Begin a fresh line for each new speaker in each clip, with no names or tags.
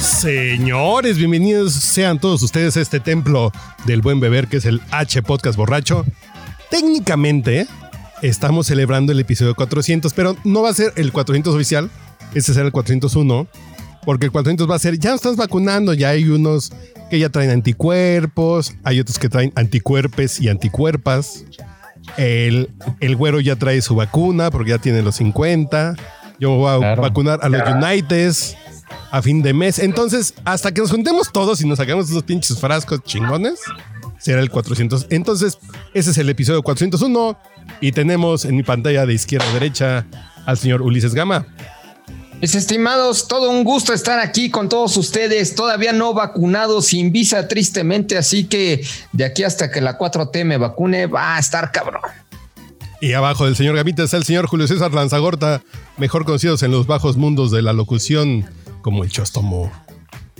Señores, bienvenidos sean todos ustedes a este templo del buen beber que es el H Podcast Borracho. Técnicamente estamos celebrando el episodio 400, pero no va a ser el 400 oficial, este será el 401, porque el 400 va a ser, ya nos estamos vacunando, ya hay unos que ya traen anticuerpos, hay otros que traen anticuerpes y anticuerpas. El, el güero ya trae su vacuna porque ya tiene los 50. Yo voy a
Claro.
vacunar a los Uniteds a fin de mes. Entonces, hasta que nos juntemos todos y nos sacamos esos pinches frascos chingones, será el 400. Entonces, ese es el episodio 401 y tenemos en mi pantalla de izquierda a derecha al señor Ulises Gama.
Mis estimados, todo un gusto estar aquí con todos ustedes, todavía no vacunados, sin visa tristemente, así que de aquí hasta que la 4T me vacune va a estar cabrón.
Y abajo del señor Gamita está el señor Julio César Lanzagorta, mejor conocidos en los bajos mundos de la locución como el Chostomo.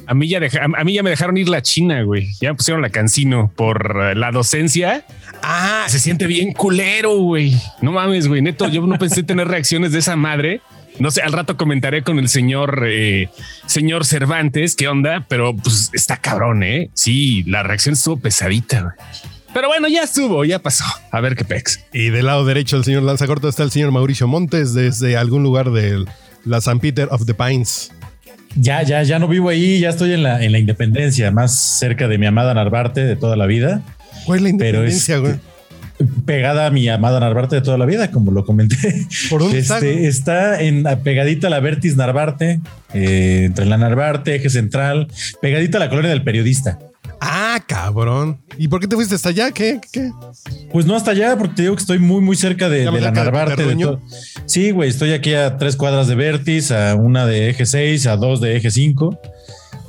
A mí ya, deja- a mí ya me dejaron ir la China, güey. Ya me pusieron la cancino por eh, la docencia. Ah, se siente bien culero, güey. No mames, güey. Neto, yo no pensé tener reacciones de esa madre. No sé, al rato comentaré con el señor, eh, señor Cervantes, qué onda, pero pues está cabrón, ¿eh? Sí, la reacción estuvo pesadita, güey. Pero bueno, ya estuvo, ya pasó. A ver qué pex.
Y del lado derecho del señor Lanzagorta está el señor Mauricio Montes desde algún lugar de la San Peter of the Pines.
Ya, ya, ya no vivo ahí, ya estoy en la, en la independencia, más cerca de mi amada Narvarte de toda la vida,
¿Cuál es la
Pero este
independencia, güey?
pegada a mi amada Narvarte de toda la vida, como lo comenté.
¿Por dónde está?
Este, está en pegadita a la Vertis Narvarte, eh, entre la Narvarte, Eje Central, pegadita a la colonia del periodista.
Ah, cabrón. ¿Y por qué te fuiste hasta allá? ¿Qué? ¿Qué?
Pues no hasta allá, porque te digo que estoy muy, muy cerca de,
Ya
de
más
la
cerca de
Narvarte. de
Terruño.
todo. sí, güey, estoy aquí a tres cuadras de Vertis, a una de eje 6, a dos de eje 5.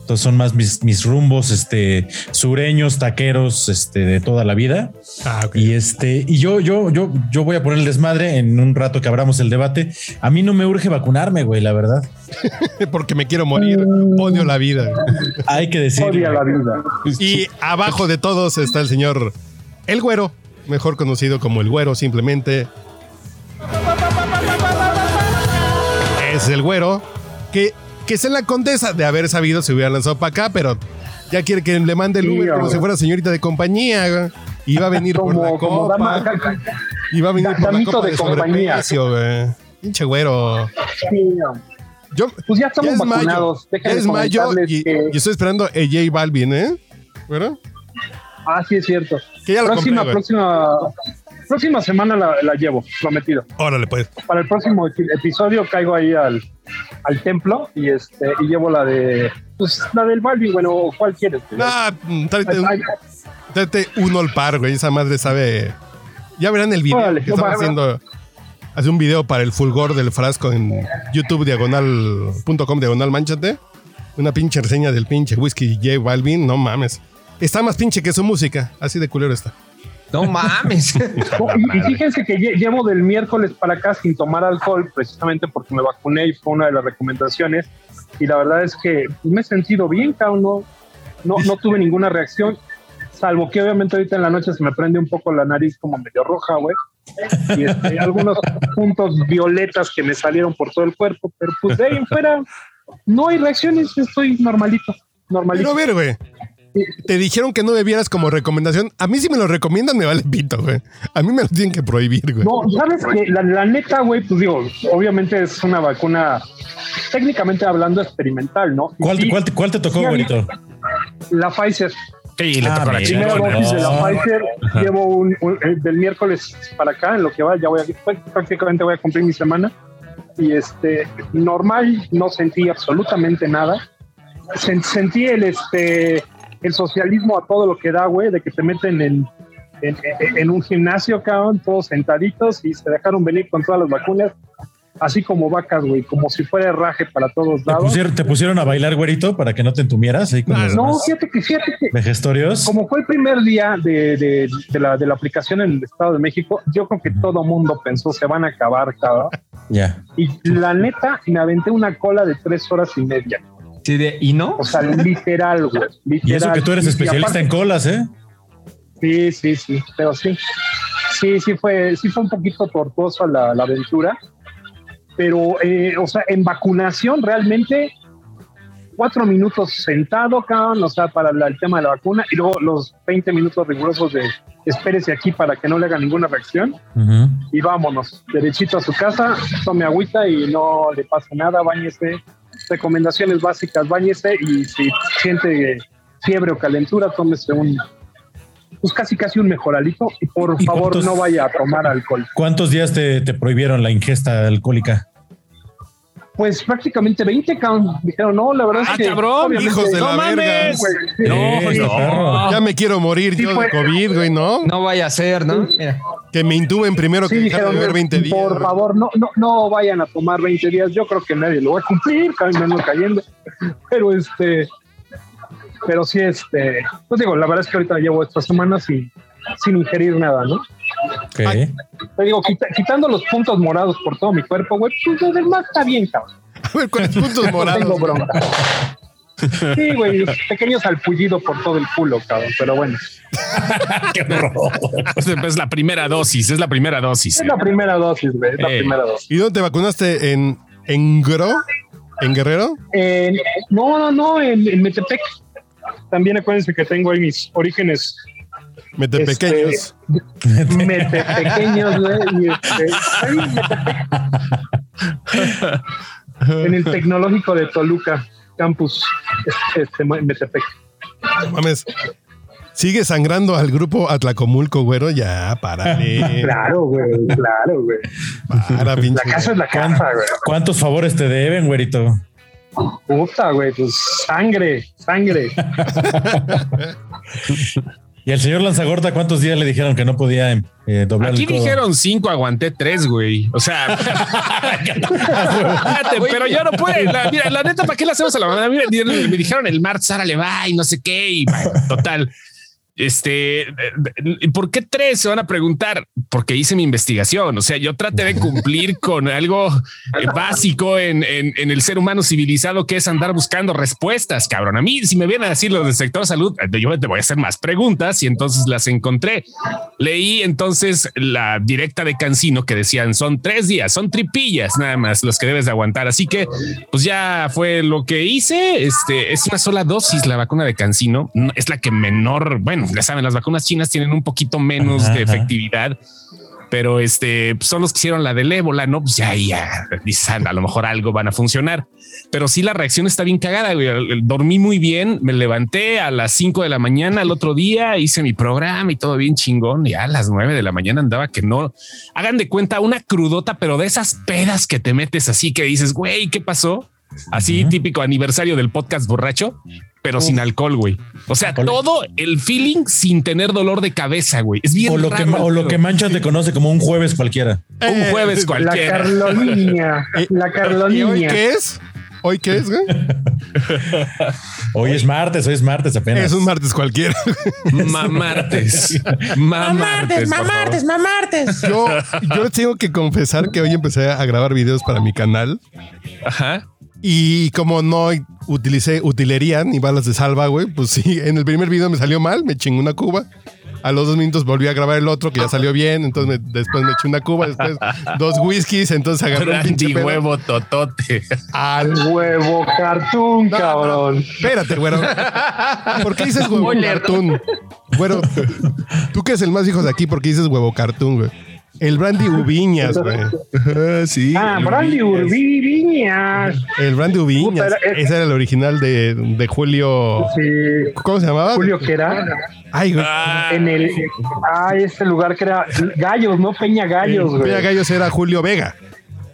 Entonces son más mis, mis rumbos este, sureños, taqueros, este, de toda la vida.
Ah, ok.
Y este, y yo, yo, yo, yo voy a poner el desmadre en un rato que abramos el debate. A mí no me urge vacunarme, güey, la verdad.
Porque me quiero morir. Odio la vida.
Hay que decir.
Odia la vida.
Y abajo de todos está el señor El Güero, mejor conocido como El Güero, simplemente. Es el Güero, que, que es la condesa de haber sabido se hubiera lanzado para acá, pero ya quiere que le mande el
Sí,
Uber como
ahora.
si fuera señorita de compañía. Iba a venir por la
Como, como dama,
copa. Iba a venir por la
damito
copa de,
de compañía.
sobreprecio, güey. Pinche Güero.
sí, no.
Yo,
Pues ya
ya
estamos
es mayo.
vacunados. Déjenme
Ya es mayo
comentarles
y,
que-
y estoy esperando a J Balvin, ¿eh? ¿Verdad?
Ah, sí, es cierto.
Que ya lo
próxima,
compré, güey.
próxima, próxima semana la, la llevo, prometido.
Órale, pues.
Para el próximo epi- episodio caigo ahí al, al templo y este y llevo la de pues la del Balvin, bueno, ¿cuál quieres? güey?
Nah, mm, tráete, un-
Ay,
tráete uno al par, güey. Esa madre sabe. Ya verán el video
Órale,
que están
va, va.
haciendo. Hace un video para el fulgor del frasco en YouTube diagonal.com diagonal manchate. Una pinche reseña del pinche whisky J Balvin. No mames. Está más pinche que su música. Así de culero está.
No mames.
No, Oh, y, y fíjense que lle- llevo del miércoles para acá sin tomar alcohol, precisamente porque me vacuné y fue una de las recomendaciones. Y la verdad es que me he sentido bien, cabrón. No, no, no tuve ninguna reacción, salvo que obviamente ahorita en la noche se me prende un poco la nariz como medio roja, güey. Y este, algunos puntos violetas que me salieron por todo el cuerpo, pero pues de ahí en fuera no hay reacciones, estoy normalito,
Quiero
normalito.
ver, güey. Te dijeron que no bebieras como recomendación. A mí si me lo recomiendan me vale pito, güey. A mí me lo tienen que prohibir, güey.
No, sabes que la, la neta, güey, pues digo, obviamente es una vacuna, técnicamente hablando, experimental, ¿no?
¿Cuál, te-
Sí,
cuál, te- cuál te tocó,
Sí, a mí-
güerito?
La Pfizer.
Y le
Ah,
tocó la
mira,
China.
Primera
bueno.
dosis de la
Ah.
Pfizer. Llevo un, un- eh, del miércoles para acá, en lo que va, ya voy a, pues, prácticamente voy a cumplir mi semana. Y este, normal, no sentí absolutamente nada. Sen- sentí el este el socialismo a todo lo que da, güey, de que te meten en, en, en un gimnasio, cabrón, todos sentaditos y se dejaron venir con todas las vacunas, así como vacas, güey, como si fuera raje para todos
¿Te
lados.
pusieron, te pusieron a bailar, güerito, para que no te entumieras ahí con los
No,
demás
fíjate que, fíjate que,
vejestorios?
como fue el primer día de, de- de la, de la aplicación en el Estado de México, yo creo que todo mundo pensó se van a acabar, cabrón.
Ya.
Y la neta, me aventé una cola de tres horas y media.
Sí, de, ¿Y no?
O sea, literal, güey.
Y eso
literal.
que tú eres
Y- y
especialista
aparte-
en colas, ¿eh?
Sí, sí, sí, pero sí. Sí, sí fue, sí fue un poquito tortuosa la, la aventura. Pero, eh, o sea, en vacunación realmente cuatro minutos sentado, cabrón, o sea, para la- el tema de la vacuna y luego los 20 minutos rigurosos de espérese aquí para que no le haga ninguna reacción
Ujú.
y vámonos, derechito a su casa, tome agüita y no le pasa nada, bañese. Recomendaciones básicas, bañese y si siente fiebre o calentura, tómese un, pues casi casi un mejoralito y por
¿Y
favor
cuántos-
no vaya a tomar alcohol.
¿Cuántos días te, te prohibieron la ingesta alcohólica?
Pues prácticamente 20, cabrón. Dijeron, no, la verdad
Ah,
es que...
cabrón,
obviamente-
hijos de
¡No
la verga.
mames!
Güey, sí.
No,
Sí,
no.
Eh, este perro.
Ya me quiero morir
Sí
yo
fue.
de COVID, güey, ¿no?
No vaya a ser, ¿no? Mira.
Que me intuben primero
Sí,
que dejar de
dijeron,
beber 20 días.
por
güey.
favor, no, no, no vayan a tomar 20 días. Yo creo que nadie lo va a cumplir, caminando cayendo. Pero este, pero sí, este, pues digo, la verdad es que ahorita llevo esta semana sin, sin ingerir nada, ¿no?
Ok.
Ay.
Te digo, quita- quitando los puntos morados por todo mi cuerpo, güey, pues lo demás está bien, cabrón.
A ver, ¿cuáles puntos
No
morados?
tengo bronca. Sí, güey, pequeño salpullido por todo el culo, cabrón, pero bueno.
Es Pues, es la primera dosis, es la primera dosis.
Es la primera dosis, güey, es la
Ey.
primera dosis.
¿Y dónde te vacunaste? ¿En, en Gro? ¿En Guerrero?
En- no, no, no, en, en Metepec. También acuérdense que tengo ahí mis orígenes
Mete
Este,
pequeños.
metepequeños, güey. y este, ahí en Metepec. en el tecnológico de Toluca, campus este, Metepec.
No mames. Sigue sangrando al grupo Atlacomulco, güero. Ya, párale.
Claro, güey, claro, güey.
Para, pinche.
La casa es la casa, güey.
¿Cuántos favores te deben, güerito?
Puta, güey, pues sangre, sangre.
Y al señor Lanzagorta, ¿cuántos días le dijeron que no podía eh, doblar
Aquí
el codo?
dijeron cinco, aguanté tres, güey. O sea, espérate, pero yo no pude. La, mira, la neta, ¿para qué le hacemos a la mamá? Mira, me dijeron el mar, Sara le va y no sé qué. Y bueno, total. Este, ¿por qué tres? Se van a preguntar, porque hice mi investigación. O sea, yo traté de cumplir con algo eh, básico en, en- en el ser humano civilizado que es andar buscando respuestas, cabrón. A mí, si me vienen a decir lo del sector salud, eh, yo te voy a hacer más preguntas y entonces las encontré. Leí entonces la directa de Cancino que decían son tres días, son tripillas nada más los que debes de aguantar. Así que pues ya fue lo que hice. Este es una sola dosis la vacuna de Cancino. No, Es la que menor. Bueno, ya saben, las vacunas chinas tienen un poquito menos
Ajá,
de
ajá.
efectividad. Pero este son los que hicieron la del ébola, no? Pues ya, ya, dices, "Anda, a lo mejor algo van a funcionar. Pero sí, la reacción está bien cagada. güey. El- el- Dormí muy bien, me levanté a las 5 de la mañana al otro día, hice mi programa y todo bien chingón. Y a las 9 de la mañana andaba que no hagan de cuenta una crudota, pero de esas pedas que te metes así que dices, güey, ¿qué pasó? Así
Ujú.
típico aniversario del podcast borracho, pero sin alcohol, güey. O sea,
Alcohol.
todo el feeling sin tener dolor de cabeza, güey. Es bien
O lo, que,
raro,
o lo que
pero
Mancha te conoce como un jueves cualquiera.
un jueves
La
cualquiera.
Carlonina, la
¿Y hoy
Carlonina.
qué es? ¿Hoy qué es, güey?
Hoy es martes, hoy es martes apenas.
Es un martes cualquiera.
Mamartes. Mamartes. por favor.
mamartes.
Yo, yo tengo que confesar que hoy empecé a grabar videos para mi canal
Ajá.
y como no utilicé utilería ni balas de salva, güey, pues sí, en el primer video me salió mal, me chingó una cuba. A los dos minutos volví a grabar el otro que ya salió bien, entonces me- después me eché una cuba, después dos whiskies, entonces agarré un pinche
Brandy
pedo.
huevo totote.
Al-
Huevo cartoon, cabrón.
Espérate, güero. ¿Por qué dices huevo
Spoiler, ¿no?
cartoon? Güero, tú que es el más hijo de aquí, ¿por qué dices huevo cartoon, güey? El Brandy Ubiñas, güey. Ah, sí.
Ah,
el
Brandy
Ubiñas.
Urbiñas.
El Brandy Ubiñas.
Puta, era-
Ese era el original de, de Julio.
Sí.
¿Cómo se llamaba?
Julio Quera,
Ay, güey.
en el. Ah, este lugar que era Gallos, no Peña Gallos, güey.
Peña Gallos era Julio Vega.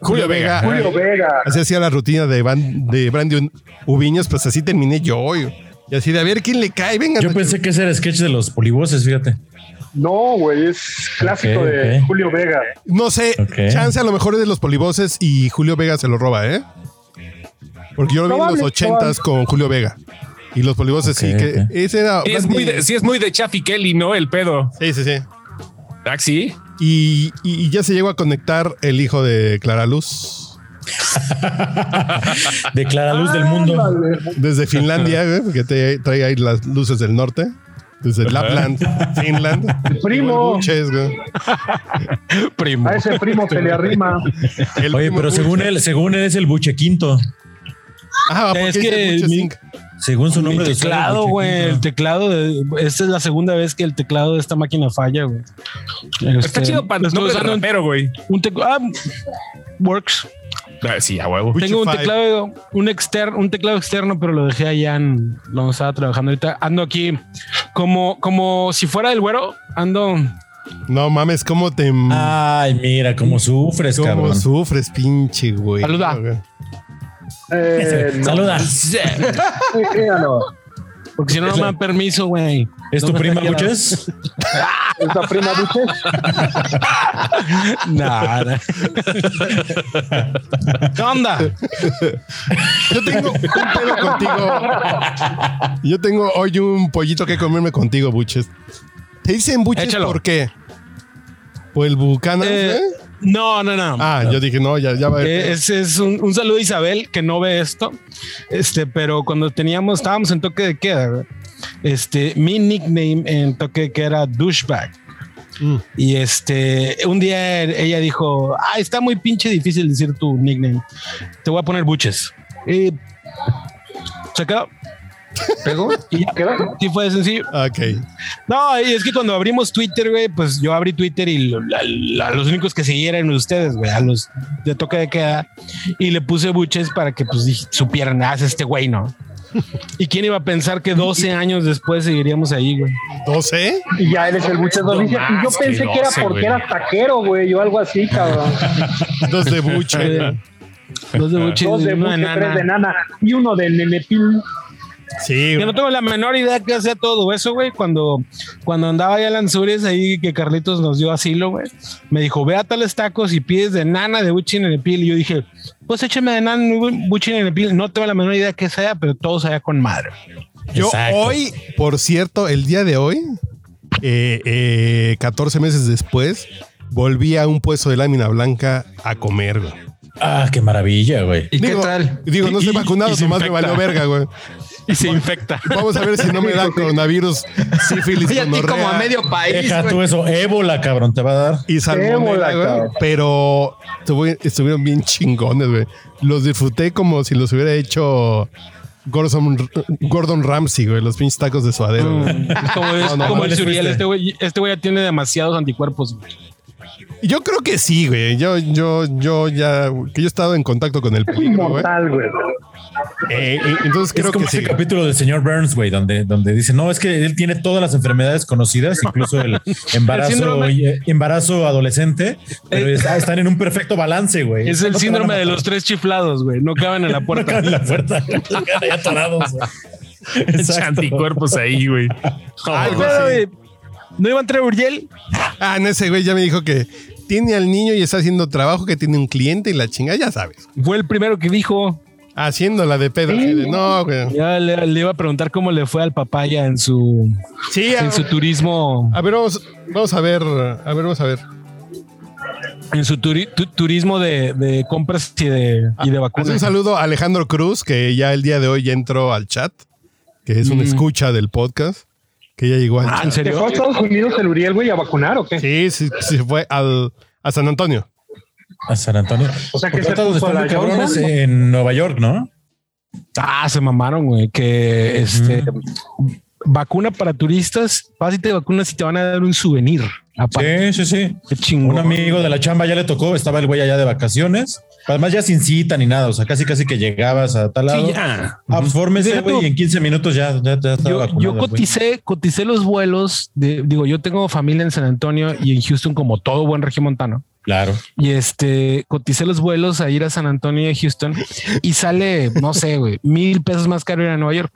Julio Vega.
Julio Vega.
Así hacía la rutina de, Van- de Brandy Ubiñas, pues así terminé yo, güey. Y así de a ver quién le cae, venga.
Yo pensé que ese era sketch de los polivoces, fíjate.
No, güey, es clásico
Ok,
de
ok.
Julio Vega.
No sé,
Ok.
chance a lo mejor es de los polivoces y Julio Vega se lo roba, ¿eh? Porque yo lo vi en
Probable,
los ochentas con Julio Vega. Y los polivoces sí
Ok,
que.
ok.
Ese era.
Sí es,
más
muy
mi-
de, sí es muy de Chaffy Kelly, ¿no? El pedo. Ah,
Sí, sí, sí.
Taxi.
Y, y- y ya se llegó a conectar el hijo de Clara Luz
De Clara Luz del Mundo.
Ándale.
desde Finlandia, güey, porque te trae ahí las luces del norte. Desde Lapland, Finland.
Primo.
Luches, güey.
Primo.
A ese primo se le arrima.
El
Oye,
primo
pero
Buche.
según él, según él es el buchequinto.
Ah, porque
Es
dice
que
Buche
mi-
Zinc.
Según su nombre
el
de usuario,
teclado,
Buchequinto.
güey. El teclado. de- esta es la segunda vez que el teclado de esta máquina falla, güey. Este,
Está chido para
lo estoy
no
usando
usar
un,
pero güey.
un teclado. Ah, works.
Ah, Sí, a huevo.
Buche
Tengo un
Five.
teclado, un, externo, un teclado externo, pero lo dejé allá en donde estaba trabajando. Ahorita ando aquí como, como si fuera el güero. Ando.
No mames, cómo te.
Ah,
Ay, mira cómo sufres,
cómo
cabrón.
sufres, pinche güey.
Saluda.
Güey.
Eh, no.
Saluda.
Sí, sí, no.
Porque si no, no me dan permiso, güey.
¿Es
No
tu
me
prima
saqué la-
Buches?
Es la prima Duche.
Nah, nah. ¿Qué onda?
Yo tengo un pedo contigo. Yo tengo hoy un pollito que comerme contigo, Buches. ¿Te dicen Buches
Échalo.
por qué? ¿Por el bucanas?
Eh,
eh?
no, no, no.
Ah, yo dije, no, ya, ya va. a haber
Eh,
pedo.
Ese es un, un saludo a Isabel que no ve esto. Este, pero cuando teníamos, estábamos en toque de queda, güey. este, mi nickname en toque de queda era douchebag.
Mm.
Y este, un día él- ella dijo: Ah, está muy pinche difícil decir tu nickname. Te voy a poner buches. Y se acabó.
¿Pegó?
Y ya.
¿Quedó?
Sí, fue sencillo.
Ok.
No, y es que cuando abrimos Twitter, güey, pues yo abrí Twitter y lo- la- la- los únicos que seguían eran ustedes, güey, a los de toque de queda. Y le puse buches para que pues dij- supieran, ah, es este güey, ¿no? ¿Y quién iba a pensar que 12 años después seguiríamos ahí, güey?
¿12?
Y ya él es el Buches Donicia. Y yo
Más
pensé
que
que era
doce,
porque
güey.
era taquero, güey, o algo así, cabrón.
Dos de Buche.
Eh, Dos de buches,
Dos de
uno de
Buche, tres de
nana.
nana y uno de Nenepil.
Sí,
Yo no
güey.
tengo la menor idea que hacía todo eso, güey. Cuando, cuando andaba ya en Lanzures, ahí que Carlitos nos dio asilo, güey. Me dijo, ve a tales tacos y pides de nana de buchin en el pil. Y yo dije, pues échame de nana buchin en el pil. No tengo la menor idea que sea, pero todo sea con madre.
Yo
Exacto.
hoy, por cierto, el día de hoy, eh, eh, 14 meses después, volví a un puesto de lámina blanca a comer, güey.
Ah, qué maravilla, güey.
¿Y
Digo-
qué tal?
Digo, no
Y-
estoy vacunado,
y se
nomás me
infecta.
valió verga, güey.
Y se infecta.
Vamos a ver si no me da coronavirus, sífilis,
Oye, a ti como
gonorrea
a medio país,
Deja tú
güey.
eso. Ébola, cabrón, te va a dar.
y salmonela,
Ébola,
güey.
cabrón.
Pero estuvi- estuvieron bien chingones, güey. Los disfruté como si los hubiera hecho Gordon, Gordon Ramsay, güey. Los pinches tacos de suadero, güey.
Como, es-
No, no,
como
¿cuál
el
es
Suriel,
este?
este güey este güey ya tiene demasiados anticuerpos. güey.
Yo creo que sí, güey. Yo, yo, yo ya... Que yo he estado en contacto con el peligro, güey.
Inmortal, güey.
Eh, eh, entonces creo
es como
que
ese
sí. güey.
capítulo del señor Burns, güey, donde, donde dice, no, es que él tiene todas las enfermedades conocidas, incluso el embarazo,
síndrome-
y- eh, embarazo adolescente, pero es- ah, están en un perfecto balance, güey.
Es el síndrome de los tres chiflados, güey. No caben en la
No
puerta.
caben en la puerta, ahí atorados, güey. Exacto.
Anticuerpos ahí, güey.
Algo
Pero,
así.
güey, ¿No iba a entrar Uriel?
Ah, no, ese güey ya me dijo que tiene al niño y está haciendo trabajo, que tiene un cliente y la chingada, ya sabes.
Fue el primero que dijo.
Haciéndola de pedo. así de, no, güey.
Ya le, le iba a preguntar cómo le fue al papaya en su,
Sí, a,
en su turismo,
a ver, vamos, vamos a ver. A ver, vamos a ver.
en su turi- tu- turismo de, de compras y de, y de
Hace un
vacunas.
saludo a Alejandro Cruz, que ya el día de hoy ya entró al chat, que es una escucha del podcast, que ya llegó al
Ah, ¿en
chat.
¿Te
serio?
fue a Estados Unidos el Uriel, güey, a vacunar o qué?
Sí, sí, sí, fue al, a San Antonio.
A San Antonio.
O sea, que se
Porque todos
puso a
están
la
muy cabrones
Johnson.
en Nueva York, ¿no?
Ah, se mamaron, güey. Que este vacuna para turistas, vas y te vacunas y te van a dar un souvenir. Aparte,
Sí, sí, sí.
qué chingón.
Un amigo de la chamba ya le tocó, estaba el güey allá de vacaciones. Además, ya sin cita ni nada, o sea, casi casi que llegabas a tal lado.
Sí, ya.
Ah, pues fórmese,
Deja
güey,
tú.
y en 15 minutos ya, ya, ya estaba
Yo,
vacunado,
yo
güey.
coticé, coticé los vuelos. De, digo, yo tengo familia en San Antonio y en Houston, como todo buen regimontano.
Claro.
Y este, coticé los vuelos a ir a San Antonio y a Houston y sale, no sé, güey, mil pesos más caro ir a Nueva York.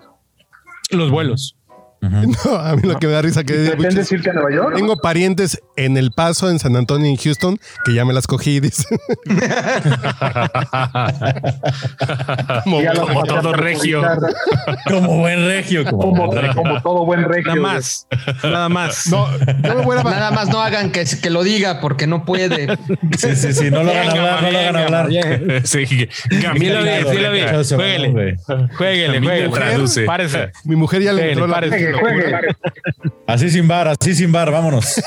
los vuelos.
No, a mí lo que me da risa que digo,
¿Pretendes irte a Nueva York?
tengo parientes en El Paso, en San Antonio y en Houston que ya me las cogí, dice. Como-
Y a los
como
paseaste
todo
por
regio.
Guitarra,
Como buen regio, como,
Como,
buen regio.
como todo buen regio.
Nada más. Nada más.
no, yo me voy a-
Nada más no hagan que, que lo diga porque no puede.
Sí, sí, sí, no lo hagan
Venga,
hablar, no lo hagan
venga,
hablar.
Sí, que-
Sí
Camila
lo vi,
de-
sí lo vi.
Chao, se van,
Jueguele.
güey.
Jueguele,
Camila
jueguele.
traduce.
Párese.
mi mujer ya le
Párese,
entró la
párese.
Juegue, juegue.
Así sin bar, así sin bar, vámonos.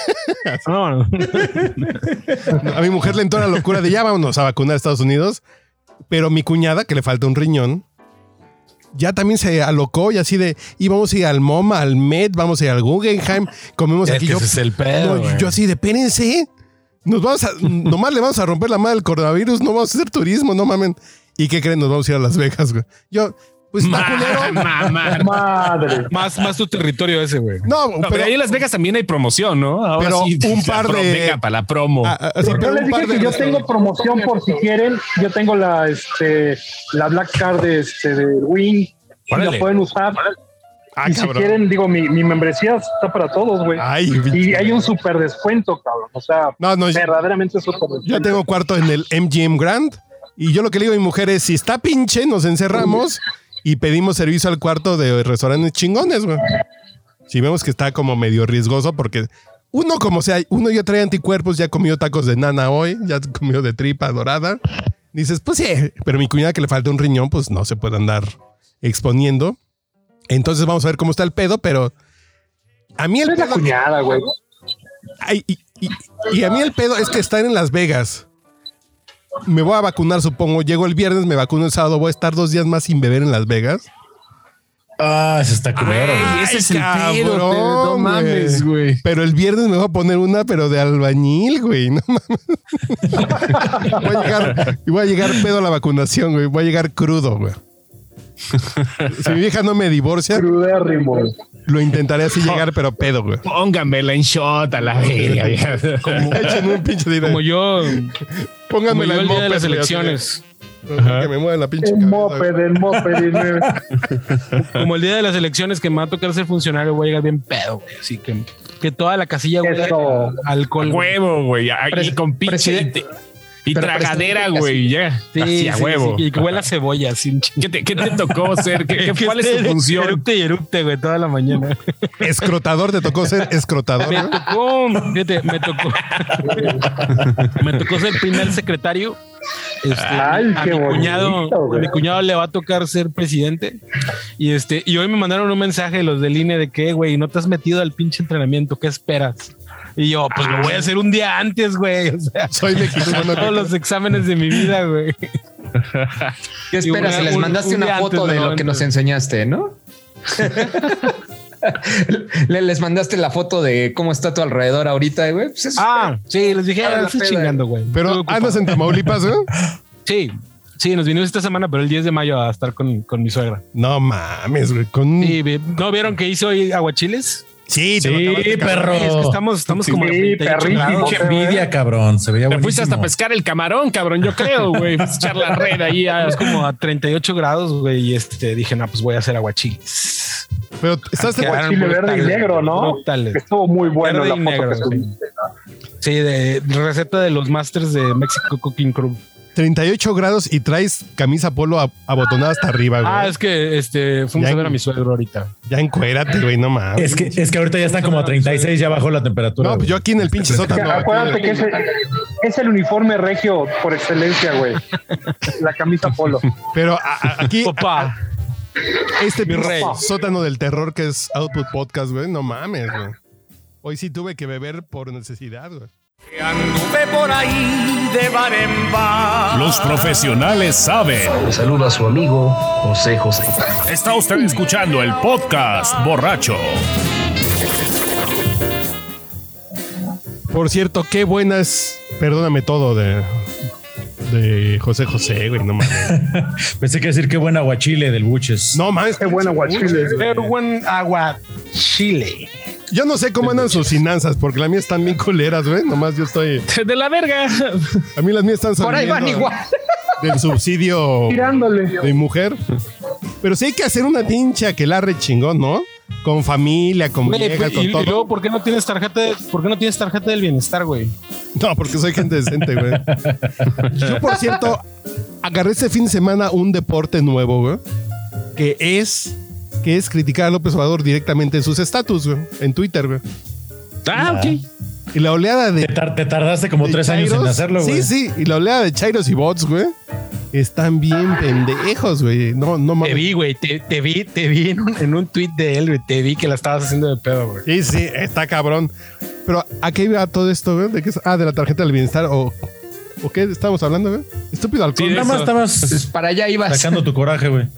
No, no.
A mi mujer le entró la locura de ya vámonos a vacunar a Estados Unidos. Pero mi cuñada, que le falta un riñón, ya también se alocó y así de íbamos a ir al MoMA, al Met, vamos a ir al Guggenheim, comemos
Es
aquí.
que
Yo,
ese es el
no,
pedo. güey.
yo así de pérense. Nos vamos a, nomás le vamos a romper la madre del coronavirus, no vamos a hacer turismo, no mamen. ¿Y qué creen? Nos vamos a ir a Las Vegas, güey. Yo, pues está culero.
Mamá.
Madre.
Más, más tu territorio ese, güey.
No,
No, pero,
pero,
ahí en Las Vegas también hay promoción, ¿no? Ahora
Pero
sí,
un
la
par
pro-
de-
Venga, para la promo.
Ah, ah, sí, pero
Yo
un
les
par
dije
de
que yo
restaurantes.
tengo promoción por si quieren. Yo tengo la, este, la Black Card de, este, de Wing. y La
Órale.
pueden usar.
Ah,
y si
cabrón.
quieren, digo, mi, mi membresía está para todos, güey.
Ay,
Y hay un super descuento, cabrón. O sea,
No, no, yo-
verdaderamente es súper
Yo
descuento.
Pues tengo cuarto en el MGM Grand y yo lo que le digo a mi mujer es, si está pinche, nos encerramos y pedimos servicio al cuarto de restaurantes chingones, güey. Si vemos que está como medio riesgoso porque uno como sea, uno ya trae anticuerpos, ya comió tacos de nana hoy, ya comió de tripa dorada. Dices, pues sí, pero mi cuñada que le falta un riñón, pues no se puede andar exponiendo. Entonces vamos a ver cómo está el pedo, pero a mí el
Es la
pedo...
cuñada, güey.
Ay, y, y- y a mí el pedo es que están en Las Vegas. Me voy a vacunar, supongo. Llego el viernes, me vacuno el sábado. Voy a estar dos días más sin beber en Las Vegas.
Ah, eso está culero. güey.
Ay, ese es el
cabrón,
pedo, pero no
güey.
mames, güey.
Pero el viernes me voy a poner una, pero de albañil, güey. No mames. Voy a llegar, y voy a llegar pedo a la vacunación, güey. Voy a llegar crudo, güey. Si mi vieja no me divorcia,
Crudérrimo.
lo intentaré así llegar, pero pedo, güey.
Póngamela en shot a la verga. ya.
Échenme un pinche dinero.
Como yo, como
Pónganmela
yo el
en
día de
moped,
las
güey, así de-
elecciones.
Que me mueva la pinche
El
cabeza,
moped, el moped. eh, y me-
Como el día de las elecciones que me va a tocar ser funcionario, voy a llegar bien pedo, güey. Así que que toda la casilla huele
Eso.
a alcohol. güey.
huevo, güey. Ay, Y
Pres-
con pinche. Y,
presidente.
te- y
Pero
tragadera,
presidente,
güey. Ya.
Sí,
Así a
sí,
huevo.
sí, y que huele a cebolla, así un chingo.
¿Qué, te, qué te tocó ser? ¿Qué, qué- cuál es tu función?
Erupte y erupte, güey, toda la mañana.
güey. Escrotador, te tocó ser escrotador.
Me
güey?
tocó, fíjate, me tocó. me tocó ser primer secretario. Este,
Ay,
a
qué
mi
bonito,
cuñado, a
güey.
mi cuñado le va a tocar ser presidente. Y este, y hoy me mandaron un mensaje los del INE de que, güey, no te has metido al pinche entrenamiento, ¿qué esperas? Y yo, pues lo voy a hacer un día antes, güey. O sea,
Soy mexicano.
todos los exámenes de mi vida, güey.
¿Qué esperas?
una-
Les
un-
mandaste
un
una
día
foto
antes
de
de la
lo que
venta.
nos enseñaste, ¿no? Le- les mandaste la foto de cómo está tu alrededor ahorita, güey. Pues eso-
Ah, sí, les dije,
Ah,
ah,
la
estoy
peda.
chingando, güey. Estuve
Pero
ocupado.
andas en Tamaulipas, ¿eh?
Sí, sí, nos vinimos esta semana, pero el 10 de mayo a estar con, con mi suegra.
No mames, güey. Con...
Sí, vi- ¿No vieron que hizo hoy aguachiles?
sí, te lo acabaste,
Sí,
cabrón.
perro.
Es que estamos, estamos como a
Sí,
38
perrísimo.
grados.
Qué envidia, cabrón. Se veía
Te fuiste hasta
buenísimo.
pescar el camarón, cabrón. Yo creo, güey. Fuiste a Echar la red ahí a.
Estamos como a 38 grados, güey. Y este, dije, no, pues voy a hacer aguachiles.
Pero estás en-
Quedaron
Chile verde
brutales,
y negro, ¿no?
brutales.
Estuvo muy bueno
Verde
la
y
foto
negro,
que
sí.
subiste.
Sí, de receta de los masters de Mexico Cooking Crew.
38 grados y traes camisa polo ab- abotonada hasta arriba, güey.
Ah, es que este, fuimos
Ya
a ver
en-
a mi suegro ahorita.
Ya encuérate, güey, no mames.
Es que, es que ahorita ya está como a 36, ya bajó la temperatura.
No, pues
güey.
yo aquí en el pinche
Que
sótano.
acuérdate que ese- es el uniforme regio por excelencia, güey. La camisa polo.
Pero a- a- aquí,
Papá,
este
mi
pinche
rey.
sótano del terror que es Output Podcast, güey, no mames, güey. Hoy sí tuve que beber por necesidad, güey.
Anduve por ahí de bar en bar.
Los profesionales saben.
Le saluda a su amigo José José.
Está usted escuchando el podcast borracho.
Por cierto, qué buena es. Perdóname todo de. De José José, güey, no mames.
Pensé que decir qué buen aguachile del Buches.
No mames.
Qué buena guachile.
Erwin Aguachile.
Yo no sé cómo andan sus finanzas, porque las mías están bien culeras, güey. Nomás yo estoy.
De la verga.
A mí las mías están
por ahí van
saliendo
igual.
Del subsidio
Tirándole.
de mi mujer. Pero sí hay que hacer una pincha que la chingón, ¿no? Con familia, con
Güey,
vieja,
pues, y,
con
y
todo.
luego, ¿por qué no tienes tarjeta? de- ¿Por qué no tienes tarjeta del bienestar, güey?
No, porque soy gente decente, güey. Yo, por cierto, agarré este fin de semana un deporte nuevo, güey. Que es, que es criticar a López Obrador directamente en sus estatus, güey. En Twitter, güey.
Ah, ok.
Y la oleada de...
Te, tar- te tardaste como
de
tres años en
chairos-
hacerlo,
Sí,
güey.
sí. Y la oleada de Chairos y bots, güey. Están bien pendejos, güey. No, no
Te
mames.
vi, güey. Te, te vi, te vi en un, en un tweet de él, güey. Te vi que la estabas haciendo de pedo, güey.
Sí, sí, está cabrón. Pero ¿a qué iba todo esto, güey? ¿De qué es? Ah, de la tarjeta del bienestar o... ¿O qué estamos hablando, güey? Estúpido alcohol.
Sí,
Nada más
Pues
estabas
para allá ibas.
sacando tu coraje, güey.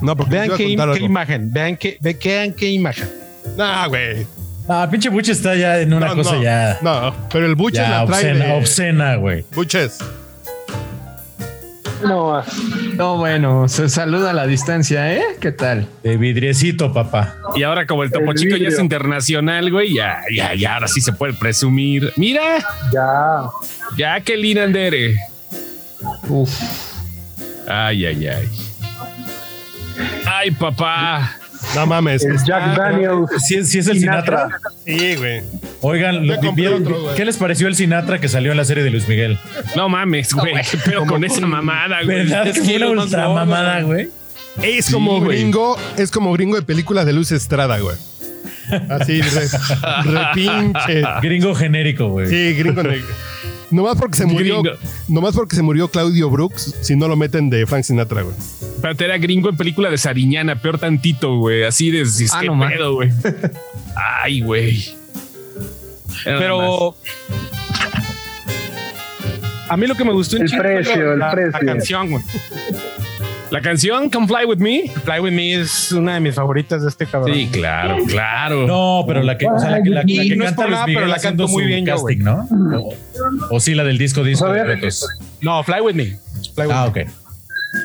no, porque
Vean
les
qué,
iba a
im-
contar
qué
algo.
imagen. Vean qué, ve- vean qué imagen.
Nah, güey.
Ah, pinche Buche está ya en una
No,
cosa
no,
ya.
No, pero el Buches
ya
la trae.
obscena,
de-
obscena, güey.
Buches.
No,
No, bueno, se saluda a la distancia, ¿eh? ¿Qué tal?
De vidriecito, papá.
Y ahora como el Topo
El
Chico ya es
vidrio.
internacional, güey, ya, ya, ya, ahora sí se puede presumir. Mira,
ya.
ya que Lina Andere.
Uf.
Ay, ay, ay. Ay, papá.
No mames.
El Jack Daniels.
¿Sí, sí es el Sinatra?
Sí, güey. Ya
Oigan, lo que
compré
vieron-
otro, güey.
¿qué les pareció el Sinatra que salió en la serie de Luis Miguel?
No mames, güey. ¿Qué pedo con esa mamada, güey?
¿Verdad? Es que fue una
lo más
ultra
gordo,
mamada, güey.
Es como
güey.
gringo, es como gringo de películas de Luz Estrada, güey. Así, re- repinche.
Gringo genérico, güey.
Sí, gringo negro. Nomás porque se murió,
Gringo.
nomás porque se murió Claudio Brooks, si no lo meten de Frank Sinatra, güey.
Espérate, era gringo en película de Sariñana, peor tantito, güey. Así de es
Ah,
que
no mames.
pedo, güey. Ay, güey. Era nada más.
Pero. A mí lo que me gustó en
El precio, el
la, la
precio.
canción, güey.
la canción Come Fly With Me.
Fly With Me es una de mis favoritas de este cabrón.
Sí, claro, claro.
No, pero la que, o sea, la que, la- la
Y
que
no es
canta
por
Luis
nada,
Miguel
pero la
haciendo
canto muy
su
bien yo,
casting, ¿no? O, o sí, la del disco disco.
Pues a
de
ver.
retos.
No, Fly With Me. Fly With
Ah, ok.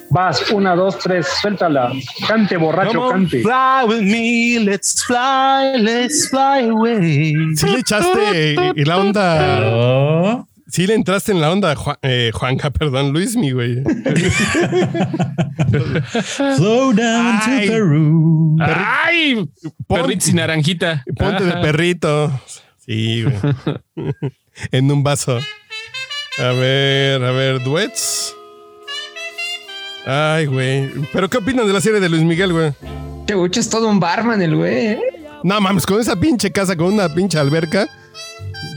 Vas, una, dos, tres, suéltala. Cante, borracho,
Come on,
cante.
Fly with me, let's fly, let's fly away.
Sí le echaste y la onda.
Oh,
Sí le entraste en la onda, Juan- eh, Juanca, perdón, Luismi, güey.
slow down
Ay.
to Peru.
Ay, perrito sin naranjita.
Ponte de perrito. Sí, güey. en un vaso. A ver, a ver, duets. Ay, güey. ¿Pero qué opinan de la serie de Luis Miguel, güey?
Che, Buche es todo un barman, el güey. ¿eh?
No mames, con esa pinche casa, con una pinche alberca.